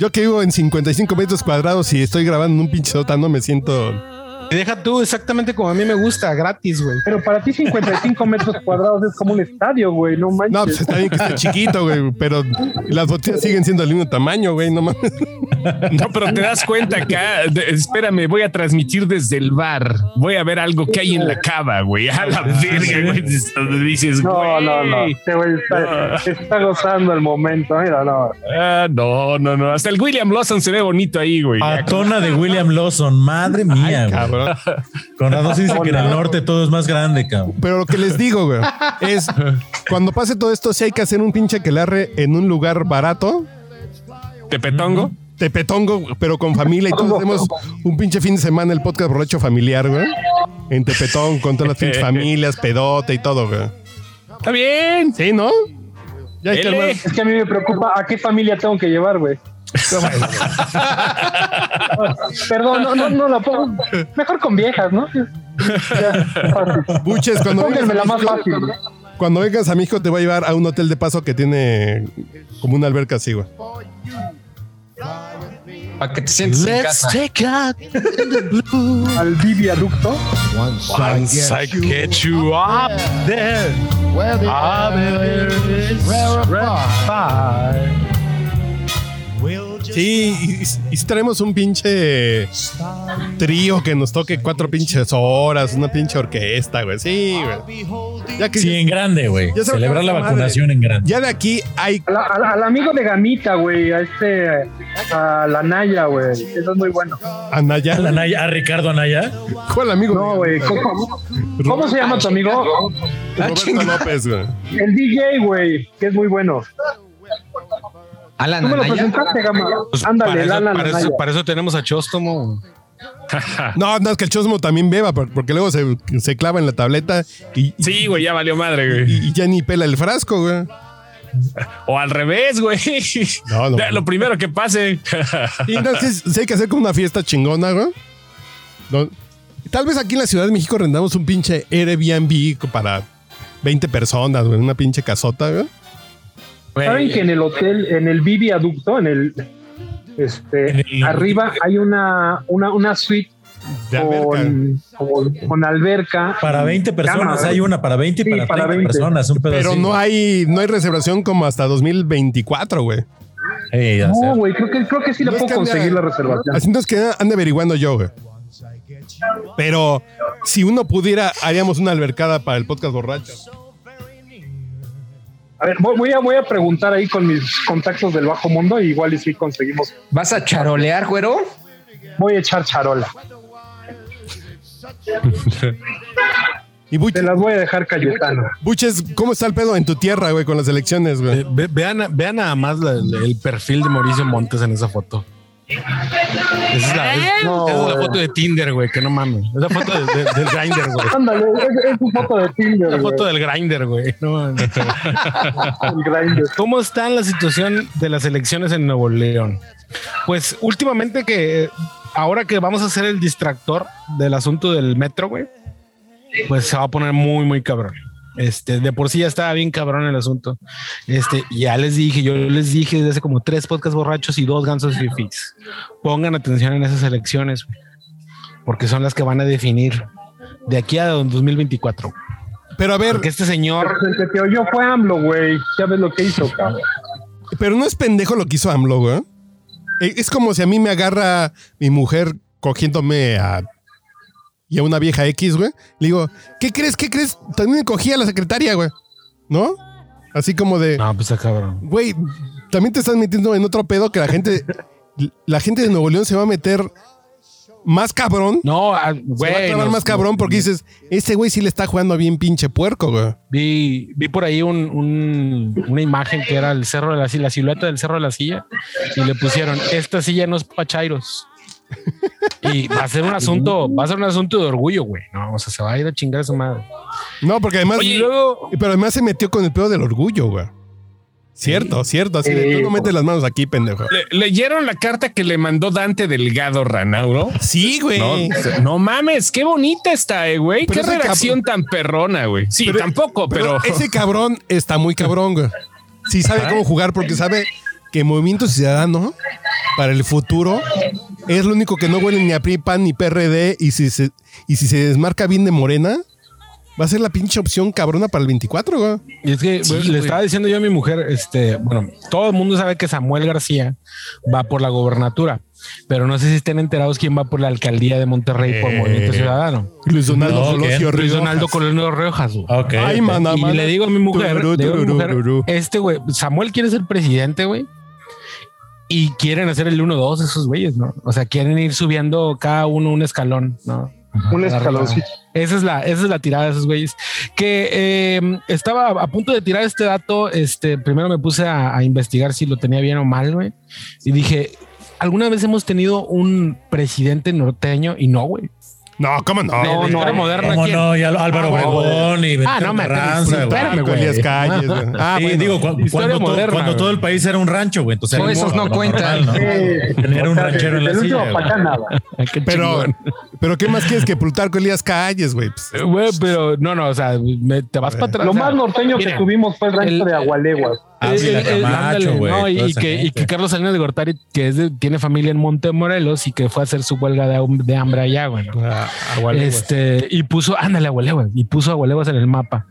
Yo que vivo en 55 metros cuadrados y estoy grabando en un pinche sótano, me siento.
Y Deja tú exactamente como a mí me gusta, gratis, güey.
Pero para ti 55 metros cuadrados es como un estadio, güey. No manches.
No, pues está bien que esté chiquito, güey, pero las botellas siguen siendo del mismo tamaño, güey, no mames.
No, pero te das cuenta acá. de- espérame, voy a transmitir desde el bar. Voy a ver algo que hay en la cava, güey. A la verga, güey. Dices,
Ah, No,
güey.
no, no. Este güey está, está gozando el momento. Mira, no.
Ah, no, no, no. Hasta el William Lawson se ve bonito ahí, güey.
Ah.
Patona de William Lawson, madre mía, güey.
Cabrón.
Conrado sí dice que en el norte todo es más grande, cabrón.
Pero lo que les digo, güey, es cuando pase todo esto, si hay que hacer un pinche aquelarre en un lugar barato,
¿Te petongo?
Tepetongo, pero con familia y todos hacemos un pinche fin de semana el podcast borracho familiar, güey. En Tepetón, con todas las pinches familias, pedote y todo, güey.
Está bien.
Sí, ¿no? Ya hay que
Ele.
armar-
Es que a mí me preocupa a qué familia tengo que llevar, güey. Perdón, no, no, no la pongo. Mejor con viejas, ¿no? Ya, fácil.
Buches, cuando vengas,
Pónganme la más fácil. ¿no?
cuando vengas a México te voy a llevar a un hotel de paso que tiene como una alberca así, güey.
Para que te sientes en casa.
Al biviaducto.
Once I get you up there, I'll be there is rarefied.
Sí, y, y- y si traemos un pinche trío que nos toque cuatro pinches horas, una pinche orquesta, güey. Sí, güey. Ya que
Sí, en grande, güey.
Ya se me
Celebrar
acabó
la
esa
vacunación en grande.
ya de aquí hay
Al, al- al amigo de Gamita, güey. A este. A la Naya, güey. Eso es muy bueno.
Anaya.
¿A Anaya- ¿A Ricardo Anaya?
¿Cuál amigo?
No, güey. ¿Cómo, Ah, cómo se llama tu amigo?
Roberto López, güey.
El DJ, güey. Que es muy bueno.
Alan
Tú me lo
Anaya.
presentaste, Gama.
Pues
Ándale,
para,
el
eso,
Alan
Pues para, eso,
Anaya.
para eso tenemos a Chóstomo.
No, no, es que el chosmo también beba, por- porque luego se, se clava en la tableta y, y-
Sí, güey, ya valió madre, güey.
y ya ni pela el frasco, güey.
O al revés, güey.
No, no.
Ya, Lo primero que pase.
Y no, es que sí hay que hacer como una fiesta chingona, güey. No, tal vez aquí en la Ciudad de México rendamos un pinche Airbnb para 20 personas, güey, una pinche casota, güey.
Güey,
¿Saben que en el hotel, en el Viviaducto, en el este
En el-
arriba hay una, una, una suite
De alberca.
con, con- con alberca.
Para 20 personas,
Cámara.
hay una para 20 y
Sí,
para,
para
30
20.
personas. Un pedo
Pero
así.
no hay, no hay reservación como hasta 2024, güey.
Ey, ya sé.
No, güey, creo que, creo que sí la
No es
puedo
que ande-
conseguir la reservación.
Así no es que ande averiguando yo, güey. Pero si uno pudiera, haríamos una albercada para el podcast borracho.
A ver, voy voy a, voy a preguntar ahí con mis contactos del bajo mundo, y igual y si conseguimos.
¿Vas a charolear, güero?
Voy a echar charola.
Y
Te
Buches,
las voy a dejar Cayetano.
Buches, ¿cómo está el pedo en tu tierra, güey, con las elecciones, güey?
Eh, ve- vean, vean nada más la- la- el perfil de Mauricio Montes en esa foto. Esa es la, es-
Eh, No, eh.
esa es la
güey.
foto de Tinder, güey, que no mames. Es la foto de- de- del Grindr, güey.
Ándale, es, es un foto de Tinder.
La
güey.
foto del Grindr, güey. No mames.
El Grindr.
¿Cómo está la situación de las elecciones en Nuevo León? Pues últimamente que ahora que vamos a ser el distractor del asunto del metro, güey, pues se va a poner muy, muy cabrón. Este, de por sí ya estaba bien cabrón el asunto. Este, ya les dije, yo les dije desde hace como tres podcasts borrachos y dos gansos fifís. Pongan atención en esas elecciones, güey, porque son las que van a definir de aquí a 2024.
Pero a ver,
Porque este señor
El que te oyó fue AMLO, güey. Ya ves lo que hizo, cabrón.
pero no es pendejo lo que hizo AMLO, güey. Eh, Es como si a mí me agarra mi mujer cogiéndome a. Y a una vieja X, güey. Le digo, ¿qué crees? ¿Qué crees? También me cogí a la secretaria, güey. ¿No? Así como de.
no, pues está cabrón.
Güey, también te estás metiendo en otro pedo que la gente. la gente de Nuevo León se va a meter más cabrón.
No, ah,
se
güey.
va a clavar
no,
más cabrón porque dices, este güey sí le está jugando bien pinche puerco, güey.
Vi, vi por ahí un, un- una imagen que era el cerro de la silla, la silueta del cerro de la silla, y le pusieron esta silla no es pachairos. Y va a ser un asunto, va a ser un asunto de orgullo, güey. No, o sea, se va a ir a chingar a su madre.
No, porque además.
Y luego,
Pero además se metió con el pedo del orgullo, güey. Cierto, cierto. Así de, tú no metes las manos aquí, pendejo.
¿le- ¿Leyeron la carta que le mandó Dante Delgado Ranauro?
Sí, güey.
No, no mames, qué bonita está, eh, güey.
Pero
Qué
ese
redacción tan perrona, güey. Sí,
Pero-
tampoco,
pero,
pero,
ese cabrón está muy cabrón, güey. Sí sabe cómo jugar porque sabe que Movimiento Ciudadano para el futuro es lo único que no huele ni a PRI, PAN ni PRD y si se, y si se desmarca bien de Morena va a ser la pinche opción cabrona para el 24, güey.
y es que güey, le estaba diciendo yo a mi mujer, este, bueno, todo el mundo sabe que Samuel García va por la gobernatura, pero no sé si estén enterados quién va por la alcaldía de Monterrey por
Eh,
Movimiento Ciudadano.
Luis Donaldo
No,
Colosio
Luis
Riojas.
Donaldo Colonel Riojas, güey.
Ok.
Ay,
ok.
mana,
y
mana.
le digo a mi mujer,
Ah, Tururú,
le digo a mi mujer,
tururú.
este güey, Samuel quiere ser presidente, güey. Y quieren hacer el 1-2 esos güeyes, ¿no? O sea, quieren ir subiendo cada uno un escalón, ¿no?
Un escaloncito.
Esa es la, esa es la tirada de esos güeyes. Que eh, estaba a punto de tirar este dato. Este primero me puse a, a investigar si lo tenía bien o mal, güey. Y dije, ¿alguna vez hemos tenido un presidente norteño? Y no, güey.
No, cómo no.
De- de
no,
historia
no.
moderna,
¿Cómo
¿quién?
no? Y Al- Álvaro
Ah,
Obregón y
Ah, no,
Venustiano
me
Carranza, güey.
espérame,
Con
güey.
las calles, güey. Ah,
Sí,
bueno.
digo, cu-
Historia
cuando, to-
moderna,
cuando
güey.
todo el país era un rancho, güey. Entonces
No,
era
esos no
lo
cuentan.
Sí.
Tener un
O sea,
ranchero en la
del último
silla.
pa'
güey.
acá nada.
Ay, Ah, qué
Pero,
chingón.
pero ¿qué más quieres que Plutarco Elías Calles, güey? Pues,
Güey, pero no, no, o sea, me- te vas para atrás.
Lo
o sea,
más norteño
miren,
que tuvimos fue el rancho
el-
de Agualeguas.
Ávila
el- el-
Camacho,
Eh, ándale,
güey,
no, y,
toda
y
esa
que, y
gente.
que Carlos Salinas de Gortari, que es de- tiene familia en Montemorelos y que fue a hacer su huelga de, hum- de hambre allá, güey. ¿no? Este, y puso, ándale, Agualeguas, y puso Agualeguas en el mapa.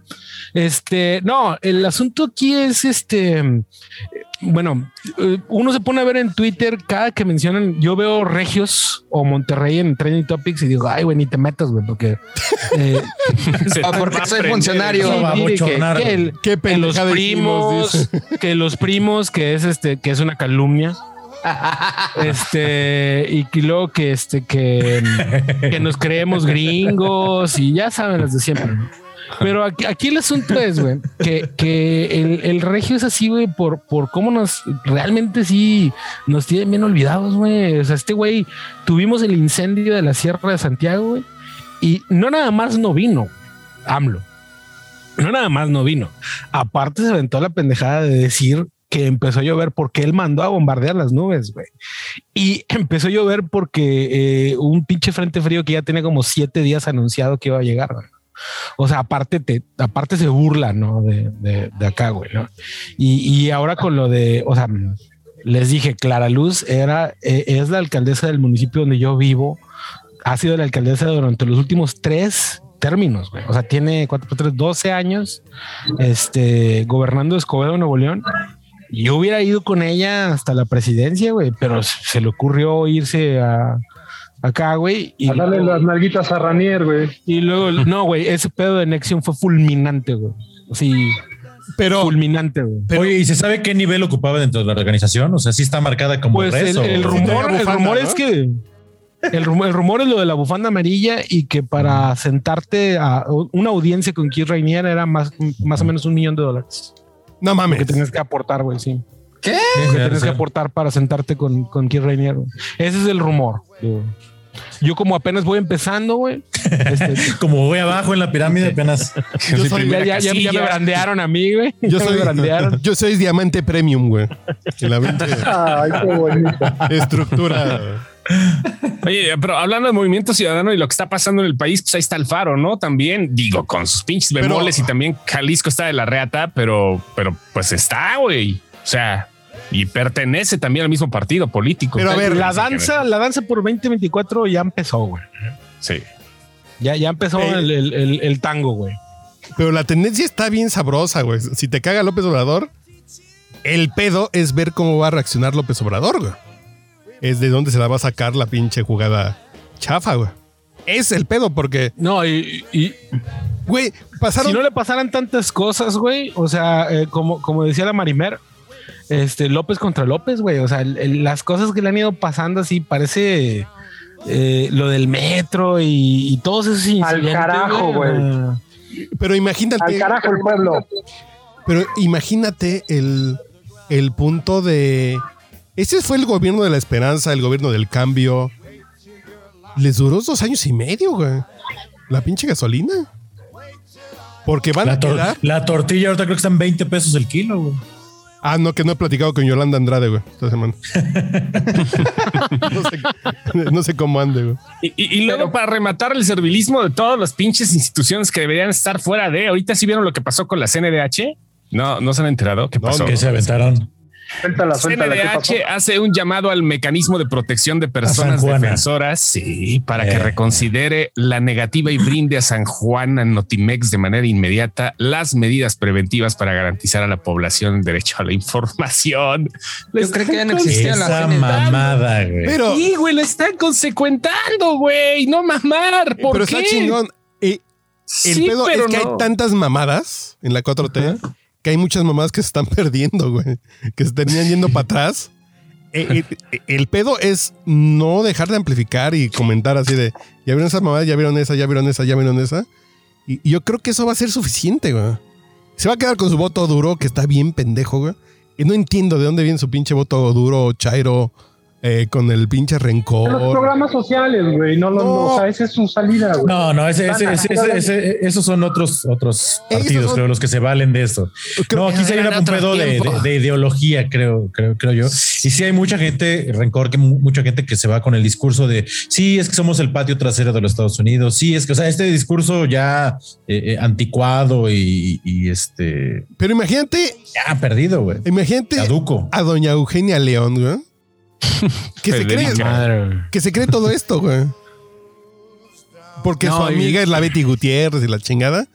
Este, no, el asunto aquí es este. eh, Bueno, eh, uno se pone a ver en Twitter cada que mencionan, yo veo Regios o Monterrey en Trending Topics y digo, ay, güey, ni te metas, güey, porque eh,
se
Ah, porque
va a
soy
aprender.
funcionario.
Eso va a
Sí, dile que-
bochornar,
que el-
Qué
que los
pendejada hicimos,
primos,
dice.
que los primos, que es este, que es una calumnia. Este, y que luego que este, que, que nos creemos gringos y ya saben las de siempre. ¿no? Pero aquí, aquí el asunto es, güey, que, que el, el regio es así, güey, por, por cómo nos realmente sí nos tienen bien olvidados, güey. O sea, este güey, tuvimos el incendio de la Sierra de Santiago, güey, y no nada más no vino, AMLO. No nada más no vino. Aparte se aventó la pendejada de decir que empezó a llover porque él mandó a bombardear las nubes, güey. Y empezó a llover porque eh, un pinche frente frío que ya tenía como siete días anunciado que iba a llegar, güey. O sea, aparte, te, aparte se burla, ¿no? De, de- de acá, güey, ¿no? Y, y ahora con lo de, o sea, les dije, Clara Luz era, eh, es la alcaldesa del municipio donde yo vivo, ha sido la alcaldesa durante los últimos tres términos, güey. O sea, tiene cuatro, cuatro, tres, 12 años, este, gobernando Escobedo, Nuevo León. Yo hubiera ido con ella hasta la presidencia, güey, pero se le ocurrió irse a acá, güey. y-
A darle las nalguitas a Ranier, güey.
y luego, no, güey, ese pedo de Nexion fue fulminante, güey. Sí,
Pero
fulminante, güey.
Oye, ¿y se sabe qué nivel ocupaba dentro de la organización? O sea, sí está marcada como
Pues
res
el,
o-
el
tenía
rumor, el
bufanda,
rumor
¿no?
es que. El rumor, el rumor es lo de la bufanda amarilla y que para sentarte a una audiencia con Keith Rainier era más, más o menos un millón de dólares.
No
Lo que
mames.
tenías que aportar, güey, sí.
¿Qué?
Lo que
Sí,
tenías
sí.
que aportar para sentarte con, con Keith Rainier. güey. Ese es el rumor. güey. Yo como apenas voy empezando, güey. este,
Como voy abajo en la pirámide apenas.
Yo soy,
ya, ya- ya- ya me brandearon a mí, güey.
yo
Ya me
soy-
brandearon.
yo soy diamante premium, güey. Que la pinche
Ay, qué bonito.
estructura.
Oye, pero hablando de movimiento ciudadano y lo que está pasando en el país, pues ahí está el faro, ¿no? También, digo, con sus pinches
Pero-
bemoles y también Jalisco está de la reata, pero, pero pues está, güey. O sea, y pertenece también al mismo partido político. pues,
Pero a ver,
la danza, la danza por 2024 ya empezó, güey.
Sí.
Ya, ya empezó
Eh.
el, el- el- el tango, güey.
Pero la tendencia está bien sabrosa, güey. Si te caga López Obrador, el pedo es ver cómo va a reaccionar López Obrador, güey. Es de dónde se la va a sacar la pinche jugada chafa, güey. Es el pedo porque,
No, y, y- y
güey, pasaron...
si no le pasaran tantas cosas, güey, o sea, eh, como, como decía la Marimer, este López contra López, güey, o sea, el- el- las cosas que le han ido pasando así parece eh, lo del metro y, y todos esos incidentes.
carajo, güey.
o sea,
Pero imagínate...
Al carajo el pueblo.
Pero imagínate el, el punto de. Ese fue el gobierno de la esperanza, el gobierno del cambio. Les duró dos años y medio, güey. La pinche gasolina. Porque van
La,
a
tor-
quedar.
la tortilla ahorita creo que están 20 pesos el kilo, güey.
Ah, no, que no he platicado con Yolanda Andrade, güey, esta semana. no, sé, no sé cómo ande, güey.
Y, y- y luego para rematar el servilismo de todas las pinches instituciones que deberían estar fuera de. Ahorita sí vieron lo que pasó con la CNDH. No, no se han enterado qué pasó.
Que se aventaron.
Suéltala, suéltala. ¿qué pasó?
CNDH hace un llamado al mecanismo de protección de
A San
personas
Juana.
defensoras sí, para que
Eh.
reconsidere la negativa y brinde a San Juan a Notimex de manera inmediata las medidas preventivas para garantizar a la población el derecho a la información. Lo
Yo creo que ya no existía la
Esa
CNDH.
mamada, güey.
Pero,
Sí, güey, lo están consecuentando, güey. No mamar. ¿Por
pero
qué?
está chingón. Eh, El
Sí,
pedo
pero
es que
no.
hay tantas mamadas en la 4T que hay muchas mamadas que se están perdiendo, güey. Que se terminan yendo para atrás. Eh, eh, eh, El, pedo es no dejar de amplificar y comentar así de, ya vieron esa mamada, ya vieron esa, ya vieron esa, ya vieron esa. Y, y yo creo que eso va a ser suficiente, güey. Se va a quedar con su voto duro, que está bien pendejo, güey. Y no entiendo de dónde viene su pinche voto duro, Chairo, eh, con el pinche rencor.
Los programas sociales, güey. No, lo-
No.
no, o sea, esa es su salida, güey.
No, no, ese, ese- ese- ese- ese- esos son otros, otros
Ellos
partidos,
son-
creo, los que se valen de esto.
Creo
no, aquí sí hay
eran
un
otros
pedo de,
tiempos.
de- de ideología, creo, creo, creo yo. Y sí hay mucha gente, rencor, que mu- mucha gente que se va con el discurso de sí, es que somos el patio trasero de los Estados Unidos. Sí, es que, o sea, este discurso ya eh, eh, anticuado y, y, este
Pero imagínate,
ya perdido, güey.
imagínate
Caduco.
a doña Eugenia León, güey. Que se, cree,
Federica.
que se cree todo esto, güey. Porque su
No, y-
amiga es la Betty Gutiérrez y la chingada.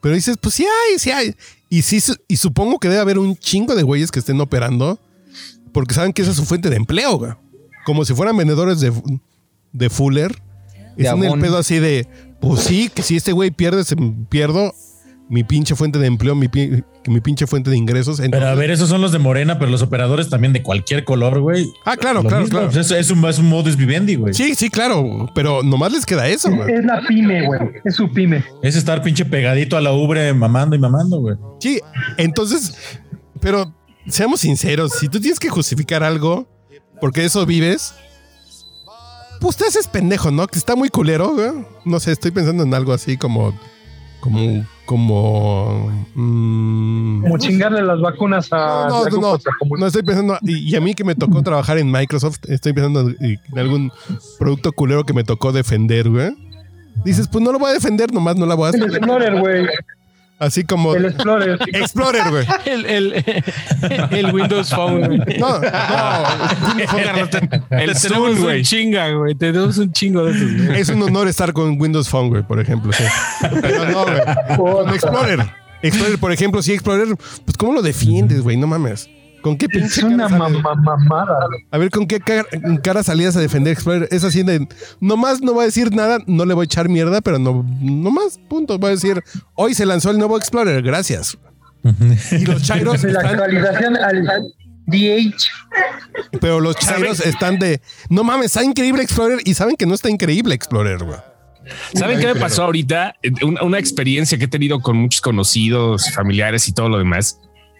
Pero dices, pues sí hay, sí hay. Y, sí, su- y supongo que debe haber un chingo de güeyes que estén operando porque saben que esa es su fuente de empleo, güey. Como si fueran vendedores de, de Fuller.
De
Están en el
Avon.
pedo así de, pues sí, que si este güey pierde, se pierdo mi pinche fuente de empleo, mi, pi- mi pinche fuente de ingresos.
Pero a
Entonces-
ver, esos son los de Morena, pero los operadores también de cualquier color, güey.
Ah, claro,
Lo
claro,
mismo,
claro.
pues es, es un, es un modus vivendi, güey.
Sí, sí, claro, pero nomás les queda eso,
Es,
güey.
es la pyme, güey. Es su pyme.
Es estar pinche pegadito a la ubre mamando y mamando, güey.
Sí, entonces, pero seamos sinceros, si tú tienes que justificar algo porque de eso vives, pues te haces pendejo, ¿no? Que está muy culero, güey. No sé, estoy pensando en algo así como, como, como... mm,
Como chingarle las vacunas a
No,
la
no, no,
contra
no, no estoy pensando, y, y a mí que me tocó trabajar en Microsoft, estoy pensando en, en algún producto culero que me tocó defender, güey. Dices, pues no lo voy a defender, nomás no la voy a
El
hacer.
Explorer, güey.
Así como
El Explorer.
Explorer, güey.
El, el, el Windows Phone, güey.
No, no.
El
Te
Zoom,
tenemos un
güey.
chinga, güey. Tenemos un chingo de esos, güey.
Es un honor estar con Windows Phone, güey, por ejemplo. sí. Pero no, güey. Con Explorer. Explorer, por ejemplo, sí, Explorer, pues ¿cómo lo defiendes, güey? No mames. ¿Con qué
Es
pinche
una
cara sale-
mamá mamada.
A ver, ¿con qué cara, cara salías a defender Explorer? Es así de, nomás no va a decir nada, no le voy a echar mierda, pero no, nomás, punto. Va a decir, hoy se lanzó el nuevo Explorer, gracias. Y los chairos
La
están-
actualización al DH.
Pero los chairos están de. No mames, está increíble Explorer y saben que no está increíble Explorer, güey.
¿Saben qué me pasó ahorita? Eh, Una, una experiencia que he tenido con muchos conocidos, familiares y todo lo demás,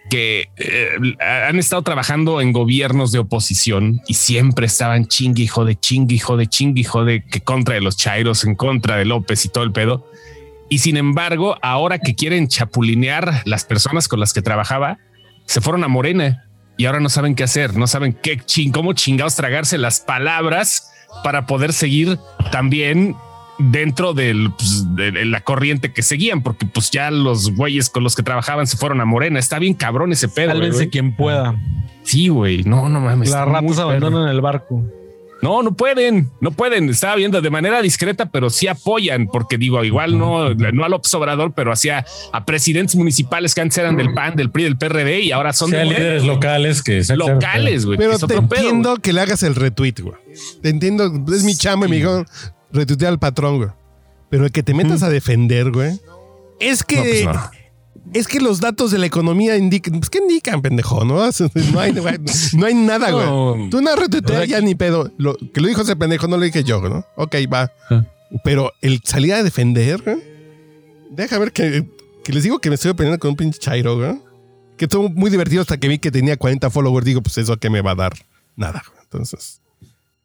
que eh, han estado trabajando en gobiernos de oposición y siempre estaban chingue, hijo de chingue, hijo de chingue, hijo de que contra de los chairos, en contra de López y todo el pedo. Y sin embargo, ahora que quieren chapulinear las personas con las que trabajaba, se fueron a Morena y ahora no saben qué hacer, no saben qué ching, cómo chingados tragarse las palabras para poder seguir también dentro del, pues, de la corriente que seguían, porque pues ya los güeyes con los que trabajaban se fueron a Morena. Está bien cabrón ese pedo.
Sálvense
güey.
quien
Ah,
pueda.
Sí, güey. No, no mames.
Las
está muy
ratas
perro.
abandonan el barco.
No, no pueden, no pueden. Estaba viendo de manera discreta, pero sí apoyan, porque digo, igual no, no al observador, pero hacia a presidentes municipales que antes eran del PAN, del PRI, del PRD y ahora son
Sean
de Morena.
líderes locales que
locales, güey. que
Pero
es
te
otro pedo,
entiendo que le hagas el retweet, güey. Te entiendo, es mi chamba, mi hijo. Retuitear al patrón, güey. Pero el que te metas a defender, güey. Es que.
No, pues, no.
Es que los datos de la economía indican. Pues, ¿qué indican, pendejo? No, no, hay, güey, no hay nada, güey.
No.
Tú no retuiteas ya ni pedo. Lo, que lo dijo ese pendejo, no lo dije yo, ¿no? Ok, va.
Ah.
Pero el salir a defender, güey, Deja ver que, que les digo que me estoy peleando con un pinche chairo, güey. Que estuvo muy divertido hasta que vi que tenía 40 followers. Digo, pues eso que me va a dar nada. güey. Entonces,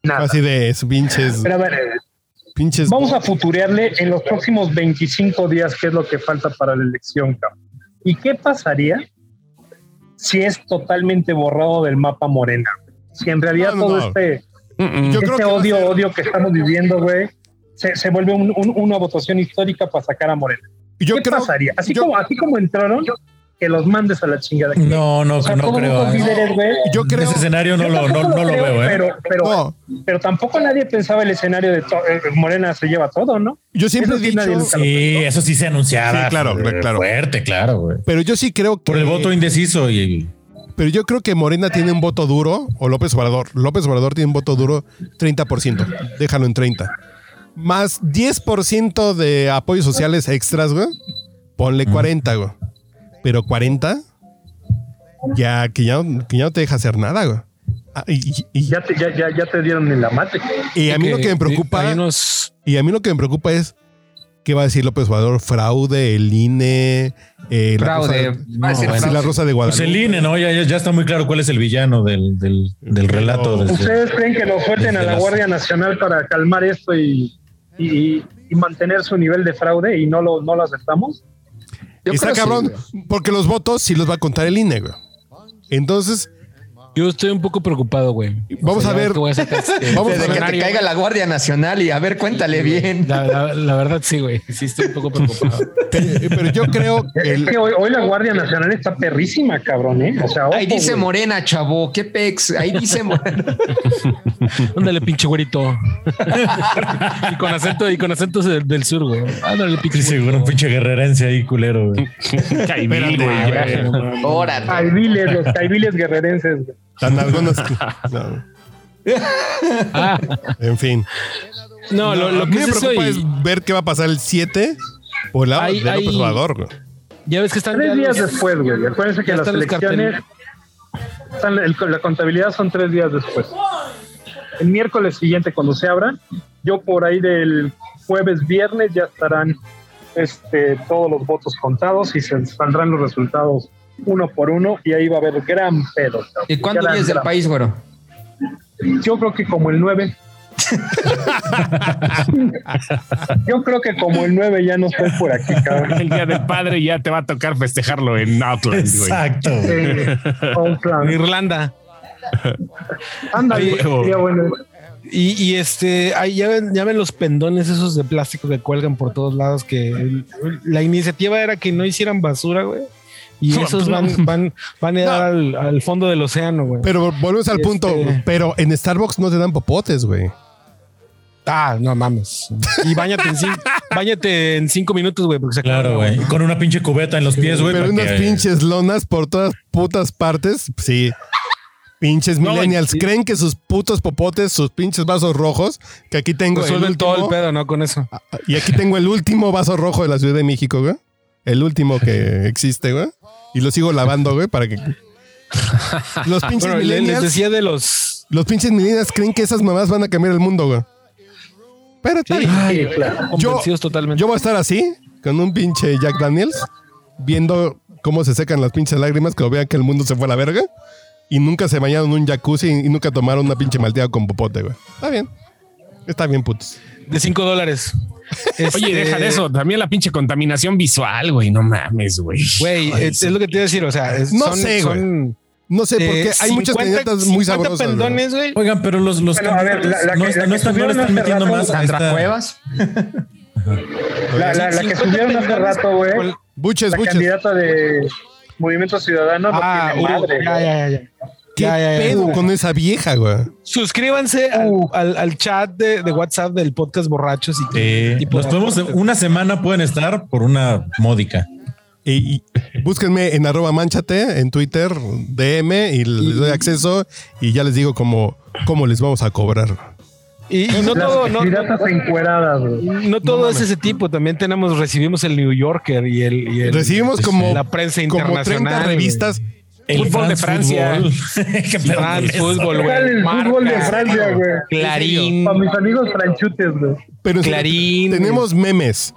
Nada.
así de esos pinches,
Pero a ver,
pinches.
Vamos a futurearle en los próximos 25 días qué es lo que falta para la elección, cabrón. ¿Y qué pasaría si es totalmente borrado del mapa Morena? Si en realidad
No, no,
todo
no.
este,
Yo creo
este
que va a
odio,
ser-
odio que estamos viviendo, güey, se, se vuelve un- un- una votación histórica para sacar a Morena.
yo
¿Qué
creo-
pasaría? Así,
yo-
como, así como entraron, que los mandes a la chingada.
No, no,
O sea,
no
todos
creo. ¿eh?
esos líderes, güey,
Yo creo.
Ese escenario no
yo
lo, no,
tampoco
no lo
creo,
veo, ¿eh?
Pero, pero,
No.
pero tampoco nadie pensaba el escenario de to- eh, Morena se lleva todo, ¿no?
Yo siempre he
Eso sí nadie
dicho.
nunca lo
Sí, eso sí se anunciaba.
Sí, claro,
eh,
claro.
Fuerte, claro, güey.
Pero yo sí creo que.
Por el voto indeciso y
Pero yo creo que Morena tiene un voto duro o López Obrador. López Obrador tiene un voto duro 30%. Déjalo en 30. Más 10% de apoyos sociales extras, güey. Ponle 40, güey. Pero 40 ya que ya, no- que ya no te deja hacer nada, güey. Ah, y, y-
ya te, ya, ya, ya te dieron en la mate.
y a mí lo que me preocupa
Hay unos.
y a mí lo que me preocupa es qué va a decir López Obrador, fraude, el INE, eh, la Rosa-
Fraude. Va
va
a decir
a decir la
fraude.
Rosa de
Pues
Guadalupe.
el INE, ¿no? Ya, ya- ya está muy claro cuál es el villano del, del, del relato.
Pero-
desde-
¿Ustedes creen que lo suelten a
desde
la
las-
Guardia Nacional para calmar esto y, y- y mantener su nivel de fraude y no lo, no lo aceptamos?
Yo
Está
creo que
cabrón,
sí,
porque los votos sí los va a contar el INE, güey. Entonces,
Yo estoy un poco preocupado, güey.
Vamos a
la
ver.
verdad que voy a sacar este-
Vamos
Desde
a
que
ver.
te caiga la Guardia Nacional y a ver, cuéntale bien.
La, la- la verdad, sí, güey. Sí, estoy un poco preocupado.
Pero, pero yo creo que
Es
el-
que hoy, hoy la Guardia Nacional está perrísima, cabrón, ¿eh? O sea, ojo,
Ahí dice
güey.
Morena, chavo, qué pex. Ahí dice Morena.
Ándale, pinche güerito. y con acento, y con acentos del, del sur, güey. Ándale, pinche
Sí, seguro, un
güerito.
pinche guerrerense ahí, culero, güey.
Caibil, güey, ya.
Ay, no mames.
Órale.
Caibiles, los caibiles guerrerenses. güey.
tan algunos. no.
Ah,
En fin.
no, lo,
No,
lo
a mí
que
me
es eso
preocupa
y-
es ver qué va a pasar el 7 por el lado
Hay-
de López
hay-
Obrador. güey.
Ya ves que están ya
Tres días
los-
después, güey. Acuérdense que
ya
las
están los
elecciones. están- el- la contabilidad son tres días después. El miércoles siguiente, cuando se abran, yo por ahí del jueves, viernes, ya estarán este, todos los votos contados y se saldrán los resultados uno por uno y ahí va a haber gran pedo. cabrón.
¿Y cuándo
Gran,
vienes del
gran.
país, güero?
Yo creo que como el 9. Yo creo que como el 9 ya no estoy por aquí, cabrón.
El día del padre ya te va a tocar festejarlo en Outland, güey.
Exacto. güey.
Sí, Oakland.
En Irlanda.
Ándale,
Ay, huevo.
sería bueno.
Y, y este, ahí ya ven, ya ven los pendones esos de plástico que cuelgan por todos lados, que el- la iniciativa era que no hicieran basura, güey. Y
No,
esos
no.
van, van, van a ir al, al fondo del océano, güey.
Pero volvemos al
Este-
punto. Pero en Starbucks no te dan popotes, güey.
Ah, no mames. Y bañate en cinco, báñate en cinco minutos, güey, porque se acaba
Claro,
la
güey.
agua.
Y Con una pinche cubeta en los pies, güey.
Pero
para
unas
que-
pinches lonas por todas putas partes. Sí. Pinches
No,
millennials creen que sus putos popotes, sus pinches vasos rojos, que aquí tengo el
Resuelven todo el
último,
pedo, ¿no? Con eso.
Ah, y aquí tengo el último vaso rojo de la Ciudad de México, güey. El último que existe, güey. Y lo sigo lavando, güey, para que los pinches
Bueno, le- les
millennials,
decía de los.
los pinches millennials creen que esas mamás van a cambiar el mundo, güey. Pero está bien.
Ay, convencidos
Yo-
totalmente.
Yo voy a estar así, con un pinche Jack Daniels, viendo cómo se secan las pinches lágrimas, que vean que el mundo se fue a la verga. Y nunca se bañaron en un jacuzzi y nunca tomaron una pinche malteada con popote, güey. Está bien. Está bien, putos.
de cinco dólares.
Oye,
Este,
deja de eso. También la pinche contaminación visual, güey. No mames, güey.
Güey, es, es lo que te iba a decir. O sea, es-
No
son-
sé, güey.
son,
No sé, porque
eh,
hay muchas
50
candidatas muy
50
sabrosas. güey.
pendones, güey.
Oigan, pero los, los
Bueno, a ver, la- la
candidatos no,
que-
están-
la
no están-
que
no le
subieron
están
hace
metiendo
rato,
más a
¿Sandra
esta-
Cuevas?
La, la- la que
50
subieron hace
pendones
rato, güey.
Pues,
con-
Buches,
La
buches.
candidata de Movimiento Ciudadano no
Ah,
tiene
uh,
madre.
ya,
güey.
ya, ya, ya.
¿Qué
Ya, ya, ya.
pedo con Uh. esa vieja, güey?
Suscríbanse al- al, al chat de, de WhatsApp del podcast borrachos y
Sí.
tipo
eh, Los
de-
podemos, una semana pueden estar por una módica.
Y, y búsquenme en arroba manchate, en Twitter, DM, y les doy acceso y ya les digo cómo, cómo les vamos a cobrar.
y, y no
Las
todo, no,
candidatas encueradas, güey.
no todo es ese tipo. También tenemos, recibimos el New Yorker y el, y el- este,
Recibimos como,
la prensa
como
internacional,
30
güey.
revistas
Fútbol de Francia.
fútbol. ¿Qué pedo
Ah,
con
el
eso?
fútbol,
Igual
güey.
el fútbol de
Marcas,
Francia, güey.
Clarín,
Para mis amigos franchutes, güey.
Pero en serio,
Clarín,
tenemos memes.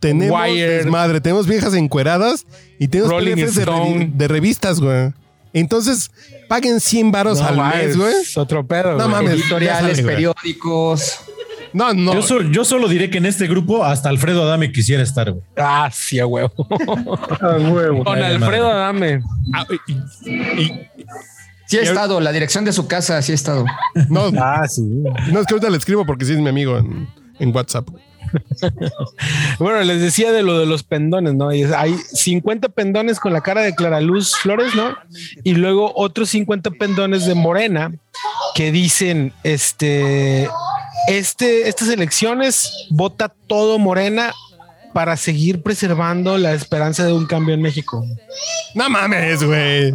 Tenemos
Wired.
desmadre, tenemos viejas encueradas y tenemos
Rolling
PDFs de, revi-
Stone.
de revistas, güey. Entonces, paguen 100 varos
No,
al
mames,
mes, Ah, güey.
Otro pedo.
No
güey.
mames.
Editoriales,
ya sale, güey.
periódicos.
No, no.
Yo, sol- yo solo diré que en este grupo hasta Alfredo Adame quisiera estar, güey.
Ah, sí, a huevo.
A huevo.
Con Alfredo Adame.
Ah, y- y-
Sí ha estado, la dirección de su casa sí ha estado.
no,
Ah, sí.
no, es que ahorita le escribo porque sí es mi amigo en, en WhatsApp.
Bueno, les decía de lo de los pendones, ¿no? Y es- hay 50 pendones con la cara de Clara Luz Flores, ¿no? Y luego otros 50 pendones de Morena que dicen, este, este, estas elecciones vota todo Morena para seguir preservando la esperanza de un cambio en México.
No mames, güey.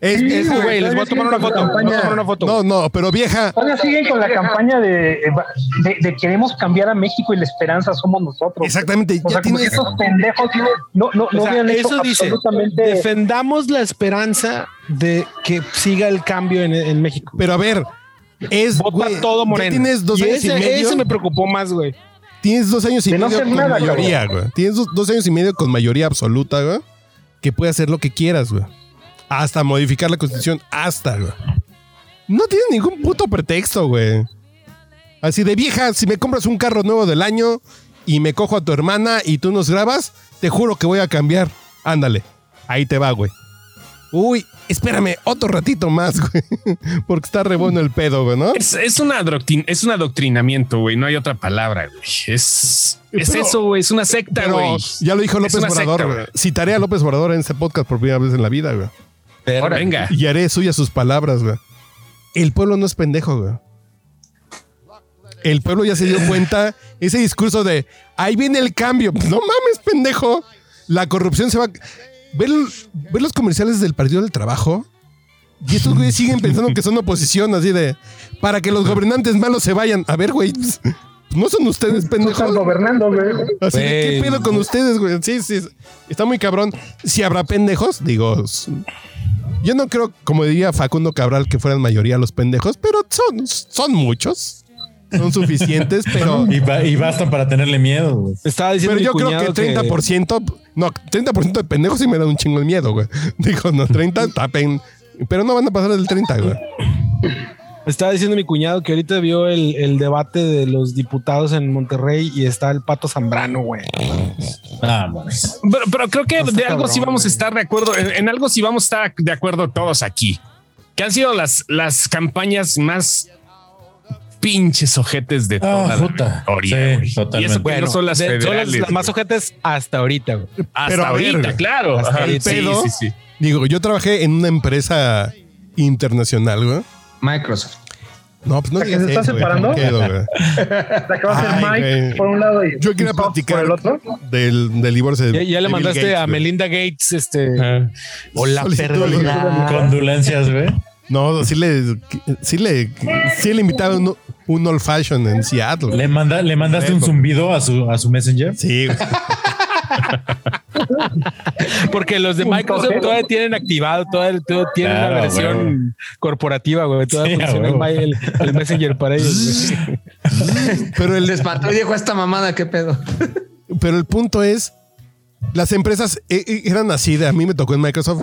Es-
Sí,
es-
Eso,
todavía
güey, les voy a tomar
siguen
una
con
foto.
su
Voy a tomar una
campaña.
foto.
no, no, pero vieja.
Todavía siguen con la campaña de, de, de queremos cambiar a México y la esperanza somos nosotros.
Exactamente, ya
O sea, como que
tienes.
esos pendejos no, no,
O
no
sea,
habían hecho
eso dice,
absolutamente...
defendamos la esperanza de que siga el cambio en, en México.
Pero a ver, es.
Vota
güey,
todo
ya
Morena.
Tienes dos
Y
años
ese,
y medio.
ese me preocupó más, güey.
Tienes dos años y
De no
medio
hacer
con
nada,
mayoría, güey. Tienes dos, dos años y medio con mayoría absoluta, güey. Que puede hacer lo que quieras, güey. Hasta modificar la constitución, hasta, güey. No tienes ningún puto pretexto, güey. Así de vieja, si me compras un carro nuevo del año y me cojo a tu hermana y tú nos grabas, te juro que voy a cambiar. Ándale, ahí te va, güey. Uy, espérame otro ratito más, güey. Porque está re bueno el pedo, güey, ¿no?
Es, es, una adoctrin- es un adoctrinamiento, güey. No hay otra palabra, güey. Es, es
Pero-
eso, güey. Es una secta,
Pero
güey.
ya lo dijo
Es
López
una secta,
Obrador.
güey.
güey. Citaré a López Obrador en este podcast por primera vez en la vida, güey.
Ahora, venga.
Y haré suyas sus palabras, güey. El pueblo no es pendejo, güey. El pueblo ya se dio cuenta. Ese discurso de ahí viene el cambio. No mames, pendejo. La corrupción se va. Ver, ver los comerciales del Partido del Trabajo. Y estos güeyes siguen pensando que son oposición, así de para que los gobernantes malos se vayan. A ver, güey. pues, No son ustedes, pendejos.
Están gobernando, güey.
Así de, ¿qué
Güey.
pedo con ustedes, güey? Sí, sí. Está muy cabrón. Si habrá pendejos, digo. s- Yo no creo, como diría Facundo Cabral, que fueran mayoría los pendejos, pero son, son muchos. Son suficientes, pero,
Y, ba- y bastan para tenerle miedo. güey.
Estaba diciendo
pero
mi
yo creo
cuñado
que 30%, no, 30% de pendejos sí me da un chingo de miedo, güey. Digo, no, 30 tapen, pero no van a pasar del 30, güey.
Estaba diciendo mi cuñado que ahorita vio el, el debate de los diputados en Monterrey y está el pato Zambrano, güey.
Ah, mames.
Pero, pero creo que
No está
de algo
cabrón,
sí vamos a
güey.
estar de acuerdo. En, en algo sí vamos a estar de acuerdo todos aquí. Que han sido las, las campañas más pinches ojetes de
Ah,
toda la
puta.
historia,
Sí,
güey. Y
totalmente.
eso que no son las
de- son las-
federales.
las más
güey.
ojetes hasta ahorita, güey.
Hasta
Pero a ver,
ahorita,
güey.
claro.
Hasta
Ajá.
el
Sí,
pedo.
sí, sí.
Digo, yo trabajé en una empresa internacional, güey.
Microsoft.
No, pues no
¿La que
digas
se está
eso, güey,
separando?
qué pedo, güey.
La que va a
Ay,
ser Mike
güey.
por un lado y
Yo quería
y Soft
platicar
por el otro.
del, del divorcio de
Ya, ya
de
le
Bill
mandaste
Gates,
a
güey.
Melinda Gates, este.
Ajá.
O la
Solicitud de
verdad.
Condolencias, güey.
No, sí le, sí le, sí le invitaron un, un old fashion en Seattle. güey.
¿Le, manda, ¿Le mandaste un zumbido a su, a su messenger?
Sí, güey.
Porque los de Microsoft todavía tienen activado, todavía, todavía tienen
Claro,
la versión corporativa, güey. Todavía
Sí,
funciona
a huevo.
el, el Messenger para ellos. güey.
pero
Se
el,
espantó y dijo esta mamada, qué pedo.
pero el punto es, las empresas eh, eh, eran así, de, a mí me tocó en Microsoft.